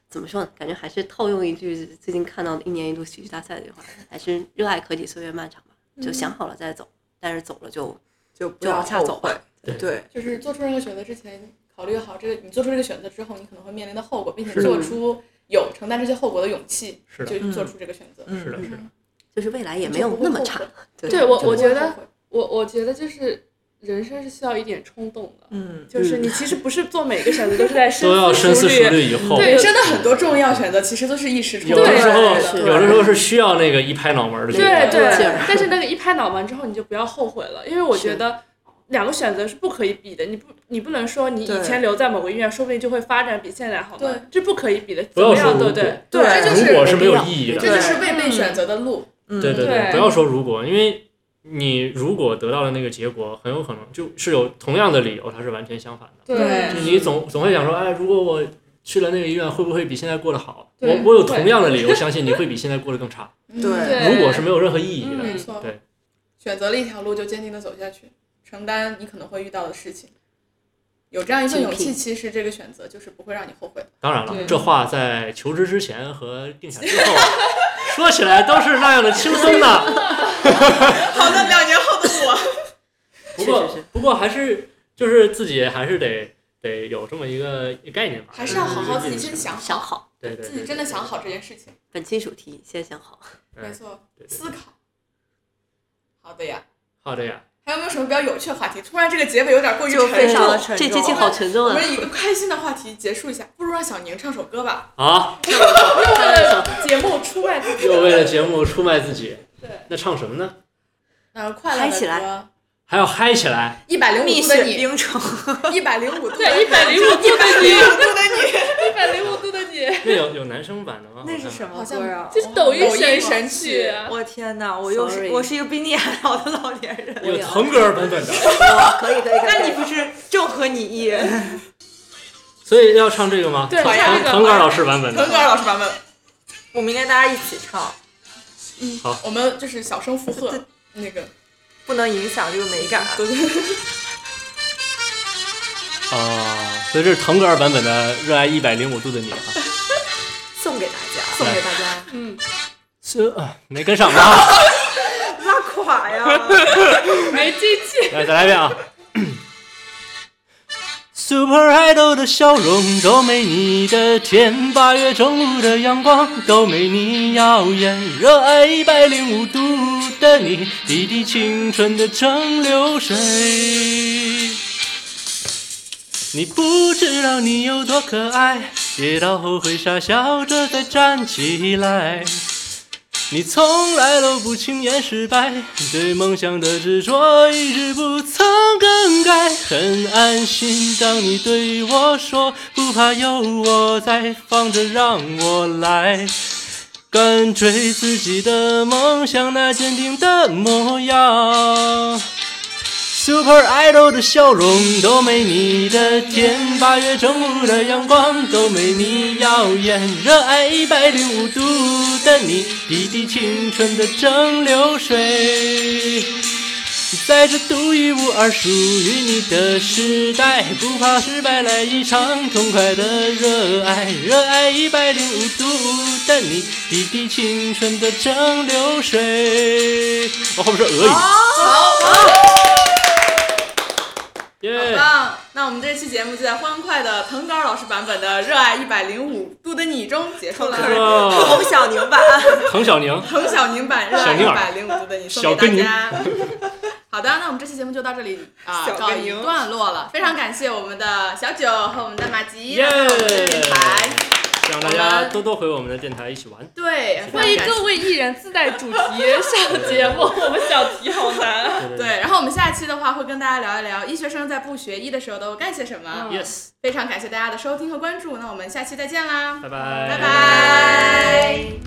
D: 怎么说呢？感觉还是套用一句最近看到的一年一度喜剧大赛的一句话，还是热爱科技，岁月漫长吧。就想
A: 嗯
D: 好了再走，但是走了就
F: 就不
D: 就
F: 要
D: 往下
F: 后
D: 走
F: 悔
D: 吧。
C: 对
F: 对，
A: 就是做出任何选择之前，考虑好这个你做出这个选择之后，你可能会面临的后果，并且
D: 是
A: 做出有承担这些后果的勇气，
C: 是的
A: 就做出这个选择。
F: 嗯
C: 是的，是的，
D: 就是未来也没有那么差。对
B: 对我
D: 就
B: 我觉得
A: 得
B: 我我觉得就是人生是需要一点冲动的，
F: 嗯，
B: 就是你其实不是做每个选择都是在深
C: 都要深思
B: 熟
C: 熟虑以后。
B: 对
A: 人生的很多重要选择其实都是一时冲
C: 有
A: 动
C: 的
B: 对
C: 时候，
D: 是
C: 有的时候是需要那个一拍脑门儿的决定。
B: 对对
D: 劲儿，
B: 但是那个一拍脑门之后，你就不要后悔了，因为我觉得两个选择是不可以比的。你不，你不能说你
F: 对
B: 以前留在某个医院，说不定就会发展比现在好嘛
A: 对，
B: 这不可以比的，
C: 不
B: 怎
C: 要
B: 么
C: 说
B: 样，
C: 如
B: 对不
C: 果
B: 对？
F: 对
A: 这就是
C: 如果是没有意义的。
A: 这就是未被选择的路。
F: 嗯
C: 对对
B: 对
C: 不要说如果，因为你如果得到了那个结果，很有可能就是有同样的理由，它是完全相反的。
F: 对
B: 嗯
C: 就你总总会想说，哎，如果我去了那个医院，会不会比现在过得好？我
B: 对
C: 我有同样的理由相信你会比现在过得 更差。
F: 对
A: 嗯
B: 对
C: 如果是没有任何意义的，
A: 没错，
C: 对，
A: 选择了一条路就坚定的走下去，承担你可能会遇到的事情。有这样一份勇
D: 精
A: 气，其
D: 辟
A: 实这个选择就是不会让你后悔的。
C: 当然了
B: 对，
C: 这话在求职之前和定下之后 说起来都是那样的轻松的。
A: 好的，两年后的我，
C: 不过
D: 是是是
C: 不过还是就是自己还是得得有这么一个概念吧，嗯
A: 还是要好好自己先想
D: 想
A: 好，
D: 好，
C: 对对，
A: 自己真的想好这件事情。
D: 本期主题先想好。
C: 嗯
A: 没错，
C: 对对对
A: 思考。好的呀，
C: 好的呀。
A: 还有没有什么比较有趣的话题？突然这个结尾有点过于
D: 就非
A: 沉
D: 常
A: 重
D: 的，这这期好沉重
A: 我
D: 啊！
A: 们以一个开心的话题结束一下，不如让小宁唱首歌吧。
C: 啊，
B: 节目出卖自己，
C: 又为了节目出卖自己，
B: 对，
C: 那唱什么呢？
A: 那快乐
D: 嗨起
A: 的歌，
C: 还要嗨起来，
A: 一百零
E: 蜜
A: 五度的
E: 雪
A: 你，
E: 冰城，
A: 一百零五度 的
B: 对，一百零五度的你， 一百零五度的你，
C: 那有有男生版的吗？
E: 那是什么
A: 好像
E: 歌啊？
B: 这是抖音
A: 抖音
B: 神
A: 神
B: 曲
A: 曲。
E: 我天哪，我又是
D: Sorry
E: 我是一个比你还老的老年人。
C: 有腾格尔版本的，
D: 哦可以可以，可以
E: 那你不是正合你意？
C: 所以要唱这个吗？
B: 对
C: 腾
B: 唱这个
C: 腾格尔老师 版本
A: 腾
C: 的。
A: 格尔老师版本，
E: 我明天大家一起唱，
A: 我们就是小声附和那个，
E: 不能影响这个美 感。
A: 对对对，
C: 哦，所以这是腾格尔版本的《热爱一百零五度的你》啊。
E: 送给大家，送给大家，嗯
C: 是啊，没跟上吧？
E: 拉垮呀！
B: 没进去。
C: 来，再来一遍啊。Super Idol 的笑容都没你的甜，八月正午的阳光都没你耀眼。热爱一百零五度的你，滴滴青春的蒸馏水。你不知道你有多可爱，跌倒后会傻笑着再站起来。你从来都不轻言失败，对梦想的执着一直不曾更改。很安心，当你对我说不怕有我在，放着让我来。敢追自己的梦想，那坚定的模样。Super Idol 的笑容都没你的甜，八月正午的阳光都没你耀眼。热爱一百零五度的你，滴滴青春的蒸馏水。在这独一无二属于你的时代，不怕失败，来一场痛快的热爱。热爱一百零五度的你，滴滴青春的蒸馏水。哦我、后面是俄语。
A: 好
C: 耶、
A: 棒！那我们这期节目就在欢快的腾格尔老师版本的《热爱一百零五度的你》中结束了。
C: 哇，
E: 梦 想宁版，
C: 滕小宁，
A: 滕小宁版《热爱
C: 小宁
A: 一
C: 儿
A: 百零五度的你》
C: 小
A: 送
C: 跟
A: 给
C: 您
A: 大家。好的，那我们这期节目就到这里啊，
E: 小
A: 告
E: 跟
A: 一
E: 您
A: 段落了。非常感谢我们的小九和我们的马吉，
C: 耶
A: 来到我们的电台。
C: 希望大家多多回我们的电台一起玩。
A: 对，非常
B: 欢迎
A: 感谢
B: 各位艺人自带主题上节目， 我们小题好难。啊
C: 对
A: 对，然后我们下期的话会跟大家聊一聊医学生在不学医的时候都干些什么。
C: 对，yes，
A: 非常感谢大家的收听和关注，那我们下期再见啦，
C: 拜
A: 拜
C: 拜
A: 拜